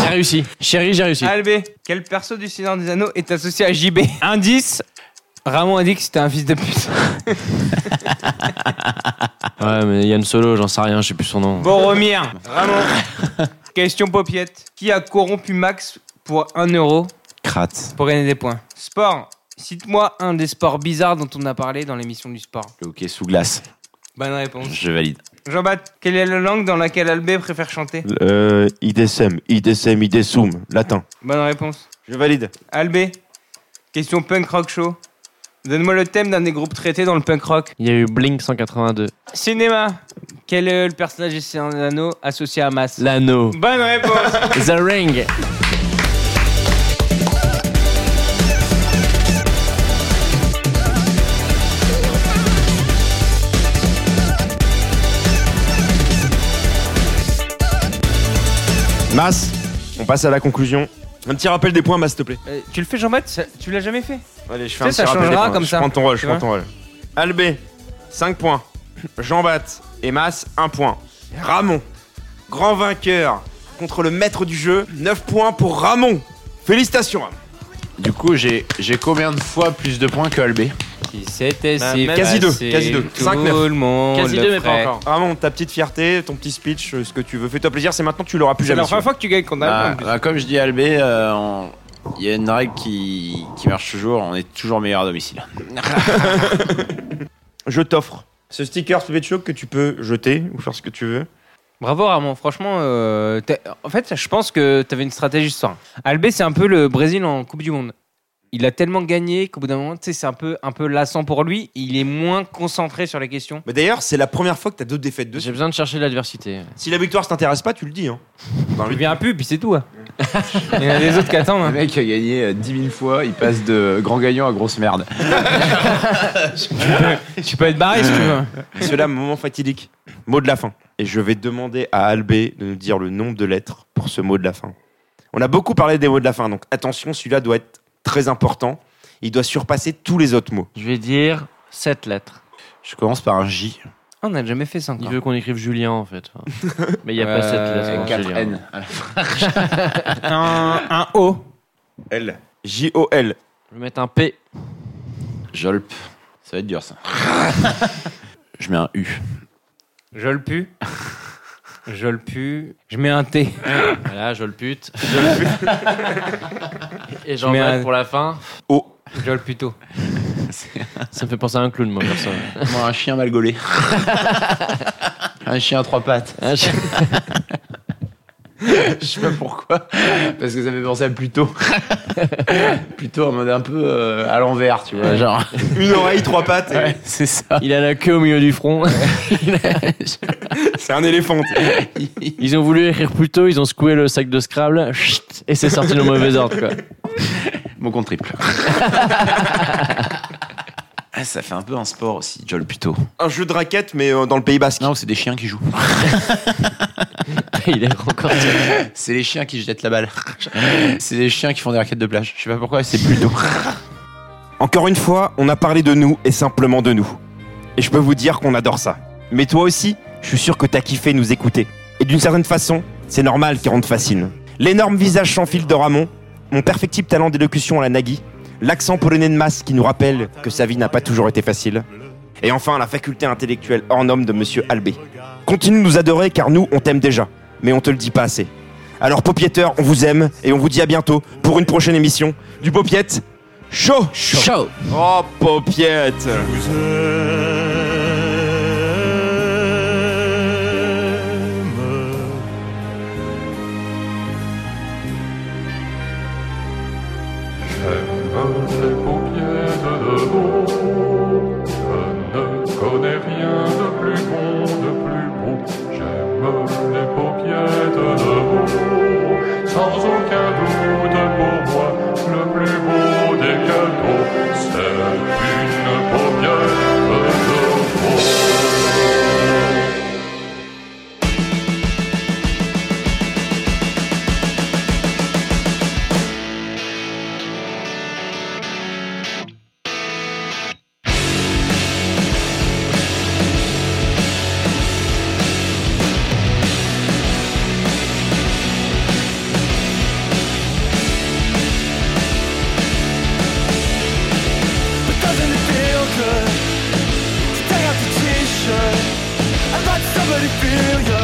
Speaker 1: J'ai réussi. Chérie, j'ai réussi.
Speaker 5: Albé, quel perso du Seigneur des Anneaux est associé à JB Indice Ramon a dit que c'était un fils de pute.
Speaker 1: Ouais, mais Yann Solo, j'en sais rien, je sais plus son nom.
Speaker 5: Boromir, Ramon. Question paupiette. Qui a corrompu Max pour 1 euro
Speaker 2: Kratz.
Speaker 5: pour gagner des points. Sport. Cite-moi un des sports bizarres dont on a parlé dans l'émission du sport.
Speaker 2: Le hockey sous glace.
Speaker 5: Bonne réponse.
Speaker 2: Je valide.
Speaker 5: Jean-Baptiste, quelle est la langue dans laquelle Albé préfère chanter
Speaker 4: Euh, idesem, idesem, idesum, latin.
Speaker 5: Bonne réponse.
Speaker 4: Je valide.
Speaker 5: Albé, question punk rock show. Donne-moi le thème d'un des groupes traités dans le punk rock.
Speaker 1: Il y a eu Blink 182.
Speaker 5: Cinéma, quel est le personnage du Seigneur des Anneaux associé à Mass
Speaker 1: L'anneau.
Speaker 5: Bonne réponse.
Speaker 1: The Ring.
Speaker 4: Mas, on passe à la conclusion. Un petit rappel des points, Mas, s'il te plaît.
Speaker 5: Euh, tu le fais, Jean-Baptiste Ça- Tu l'as jamais fait
Speaker 4: Allez, je
Speaker 5: Tu sais, ça changera comme ça.
Speaker 4: Je prends ton rôle, je
Speaker 5: Tu
Speaker 4: prends
Speaker 5: vois
Speaker 4: ton rôle. Albé, 5 points. jean baptiste et Mas, 1 point. Ramon, grand vainqueur contre le maître du jeu, 9 points pour Ramon. Félicitations, Ramon.
Speaker 11: Du coup, j'ai j'ai combien de fois plus de points que Albé
Speaker 5: C'était
Speaker 4: Bah, si même- quasi deux, facile, quasi deux. tout 5-9. le
Speaker 5: monde
Speaker 4: Quasi deux, mais pas encore. Ramon, ta petite fierté, ton petit speech, euh, ce que tu veux, fais-toi plaisir, c'est maintenant tu l'auras plus
Speaker 5: C'est
Speaker 4: jamais.
Speaker 5: la première
Speaker 4: celui-là.
Speaker 5: fois que tu gagnes contre
Speaker 4: Bah,
Speaker 5: a
Speaker 4: plus.
Speaker 2: Bah, comme je dis à Albé, euh, on- il y a une règle qui, qui marche toujours, on est toujours meilleur à domicile.
Speaker 4: Je t'offre ce sticker Spetchoke que tu peux jeter ou faire ce que tu veux.
Speaker 5: Bravo Armand, franchement, euh, t'as- en fait, je pense que t'avais une stratégie ce soir. Albé, c'est un peu le Brésil en Coupe du Monde. Il a tellement gagné qu'au bout d'un moment, tu sais, c'est un peu, un peu lassant pour lui. Il est moins concentré sur les questions.
Speaker 4: Mais d'ailleurs, c'est la première fois que t'as deux défaites de
Speaker 1: J'ai besoin de chercher l'adversité.
Speaker 4: Si la victoire t'intéresse pas, tu le dis. Hein.
Speaker 5: Il vient un pub, puis c'est tout. hein. Il y en a des autres qui attendent. hein.
Speaker 11: Le mec a gagné euh, 10 000 fois, il passe de grand gagnant à grosse merde.
Speaker 5: Tu peux être barré si tu veux.
Speaker 4: Cela, moment fatidique. Mot de la fin. Et je vais demander à Albé de nous dire le nombre de lettres pour ce mot de la fin. On a beaucoup parlé des mots de la fin, donc attention, celui-là doit être très important. Il doit surpasser tous les autres mots.
Speaker 1: Je vais dire 7 lettres.
Speaker 2: Je commence par un J.
Speaker 5: Ah, On n'a jamais fait ça
Speaker 1: Il
Speaker 5: encore.
Speaker 1: veut qu'on écrive Julien en fait. Mais il n'y a pas 7
Speaker 5: Euh,
Speaker 1: lettres. hein,
Speaker 11: quatre
Speaker 1: Julien.
Speaker 11: N.
Speaker 5: Un, un O.
Speaker 4: L. J-O-L.
Speaker 1: Je vais mettre un P.
Speaker 2: Jolp. Ça va être dur ça. je mets un U.
Speaker 5: Je le pue. Je le pue. Je mets un T.
Speaker 1: Voilà, je le pute. Et
Speaker 5: Mais
Speaker 1: Jean-Baptiste
Speaker 5: un-
Speaker 1: pour la fin.
Speaker 5: Je le plutôt.
Speaker 1: Ça me fait penser à un clown, moi, personne.
Speaker 2: Moi, un chien mal gaulé. un chien à trois pattes.
Speaker 11: Je sais pas pourquoi, parce que ça fait penser à plutôt. plutôt en mode un peu euh, à l'envers, tu vois, genre.
Speaker 4: Une oreille, trois pattes. et-
Speaker 2: Ouais, c'est ça.
Speaker 1: Il a la queue au milieu du front.
Speaker 4: C'est un éléphant. tu sais.
Speaker 1: Ils ont voulu écrire plus tôt, ils ont secoué le sac de Scrabble, chut, et c'est sorti dans le mauvais ordre, quoi.
Speaker 2: Mon compte triple. Ah, ça fait un peu un sport aussi, Jol plutôt.
Speaker 4: Un jeu de raquette, mais euh, dans le Pays Basque.
Speaker 2: Non, c'est des chiens qui jouent.
Speaker 1: Il est encore.
Speaker 2: C'est les chiens qui jettent la balle. C'est les chiens qui font des raquettes de plage. Je sais pas pourquoi, c'est plutôt.
Speaker 4: Encore une fois, on a parlé de nous et simplement de nous. Et je peux vous dire qu'on adore ça. Mais toi aussi, je suis sûr que t'as kiffé nous écouter. Et d'une certaine façon, c'est normal car on te fascine. L'énorme visage sans fil de Ramon, mon perfectible talent d'élocution à la Nagui, l'accent polonais de masse qui nous rappelle que sa vie n'a pas toujours été facile. Et enfin, la faculté intellectuelle hors norme de Monsieur Albé. Continue de nous adorer car nous, on t'aime déjà. Mais on te le dit pas assez. Alors, Popietteur, on vous aime et on vous dit à bientôt pour une prochaine émission du Popiette Show!
Speaker 1: Ciao
Speaker 4: Oh, paupiette
Speaker 14: J'aime ces paupières de beau, je ne connais rien de plus bon, de plus beau. J'aime les paupières de beau, sans aucun doute pour moi, le plus beau des cadeaux, c'est une paupière de beau.
Speaker 15: But doesn't it feel good to take out the t-shirt and let somebody feel you?